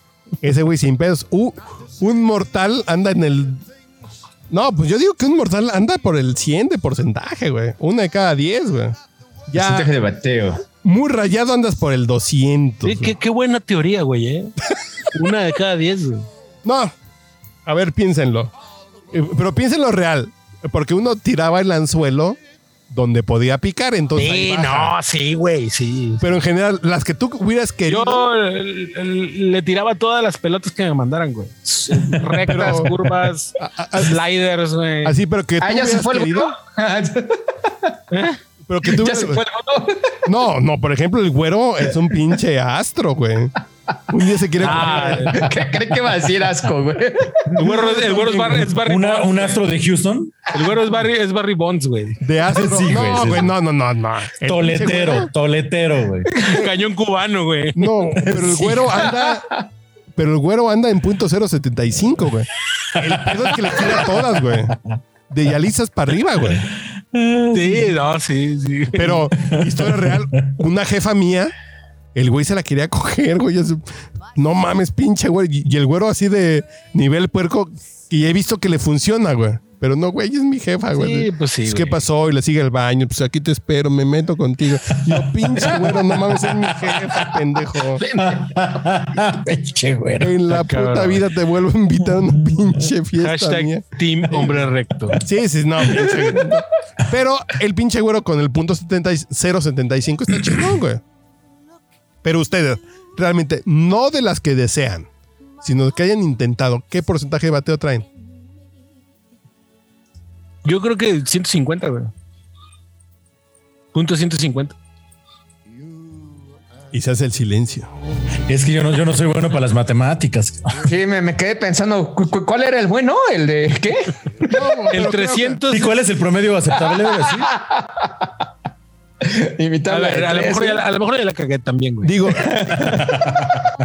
Ese güey sin pedos. Uh, un mortal anda en el. No, pues yo digo que un mortal anda por el 100 de porcentaje, güey. Una de cada 10, güey.
Porcentaje
Ya
de bateo.
muy rayado andas por el 200.
Sí,
güey.
qué, qué buena teoría, güey, ¿eh? Una de cada diez. güey.
No. A ver, piénsenlo. Eh, Pero piénsenlo real. Porque uno tiraba el anzuelo donde podía picar. Entonces,
Sí,
Pues ahí baja.
no, sí, güey, sí.
Pero en general, las que tú hubieras querido.
Yo l- l- le tiraba todas las pelotas que me mandaran, güey. Rectas, curvas, sliders, güey.
Así, pero que tú
Ah, ya se
hubieras
fue el
querido-
güero.
Pero que tú
ya se fue
hubieras-
el güero.
No, no, por ejemplo, el güero es un pinche astro, güey. Un día se quiere.
Ah,
¿Qué cree que va a decir asco, güey?
El güero, es- el güero es, Barry- es Barry
Una-
Bonds,
un
güey.
astro de Houston,
El güero es Barry, es Barry Bonds, güey.
de astro.
Sí, güey,
no,
sí,
güey,
sí.
no, no, no, no. El pinche güero-
toletero, toletero, güey.
Cañón cubano, güey.
No, pero el güero anda. Pero el güero anda en punto 075, güey. El pedo es que le tira todas, güey. De Yalizas para arriba, güey.
Sí, no, sí, sí.
Pero, historia real, una jefa mía, el güey se la quería coger, güey. Yo se- No mames, pinche güey. Y y el güero así de nivel puerco, y he visto que le funciona, güey. Pero no, güey, es mi jefa, güey.
Sí, pues sí,
¿Qué
güey.
pasó? Y le sigue al baño. Pues aquí te espero, me meto contigo. Yo, pinche güero, no mames, es mi jefa, pendejo.
Pinche güero.
En la
cabrón.
puta vida te vuelvo a invitar a una pinche fiesta mía.
Hashtag Team Hombre Recto.
Sí, sí, no. pinche güero. Pero el pinche güero con el punto 70 y 0.75 está chingón, güey. Pero ustedes, realmente, no de las que desean, sino que hayan intentado, ¿qué porcentaje de bateo traen?
Yo creo que 150, güey. Punto 150.
Y se hace el silencio.
Es que yo no, yo no soy bueno para las matemáticas.
Sí, me, me quedé pensando, ¿cu- cu- ¿cuál era el bueno? ¿El de qué?
El 300.
¿Y cuál es el promedio aceptable? güey? Sí.
A,
Imitaba ¿eh?
ver, a lo mejor ya, la- a lo mejor ya la cagué también, güey.
Digo,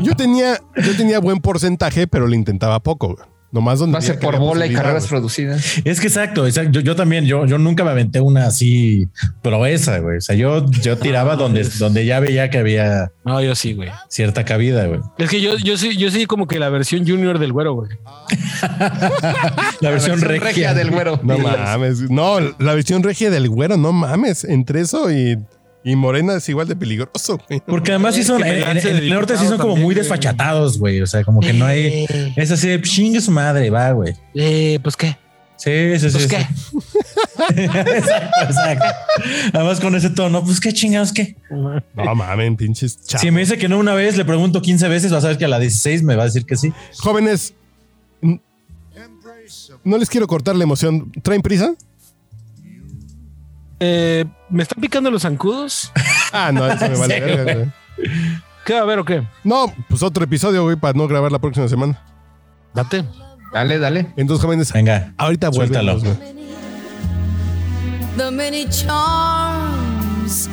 yo tenía, yo tenía buen porcentaje, pero le intentaba poco, güey. Nomás donde.
Base
veía que
por
había
bola y
posibilidad,
carreras
güey.
producidas.
Es que exacto, exacto. Yo, yo también, yo, yo nunca me aventé una así proeza, güey. O sea, yo, yo
Ah,
tiraba donde, donde ya veía que había
No, yo sí, güey.
cierta cabida, güey.
Es que yo, yo sí, yo sí como que la versión junior del güero, güey.
La versión
Regia,
regia
del güero.
No mames. No, la versión regia del güero, no mames. Entre eso y, y Morena es igual de peligroso, güey.
Porque además sí son,
que me
en,
lance
en-
de
en el norte sí
diputado
son como
también,
muy
güey.
desfachatados, güey. O sea, como que no hay. Es así de chingue su madre, va, güey.
Eh, pues qué.
Sí, sí, sí. sí.
Pues qué.
exacto, exacto. Además con ese tono, pues qué chingados, qué.
No mames, pinches chavos.
Si me dice que no una vez, le pregunto 15 veces, vas a ver que a la 16 me va a decir que sí.
Jóvenes, n- no les quiero cortar la emoción. ¿Traen prisa?
Eh, ¿Me están picando los zancudos?
Ah, no, eso me vale.
Sí,
verga, güey.
¿Qué va a ver o qué?
no, pues otro episodio, güey, para no grabar la próxima semana.
Date.
Dale, dale.
Entonces, jóvenes,
Venga.
ahorita
Suéltalo.
vuelve.
The many charms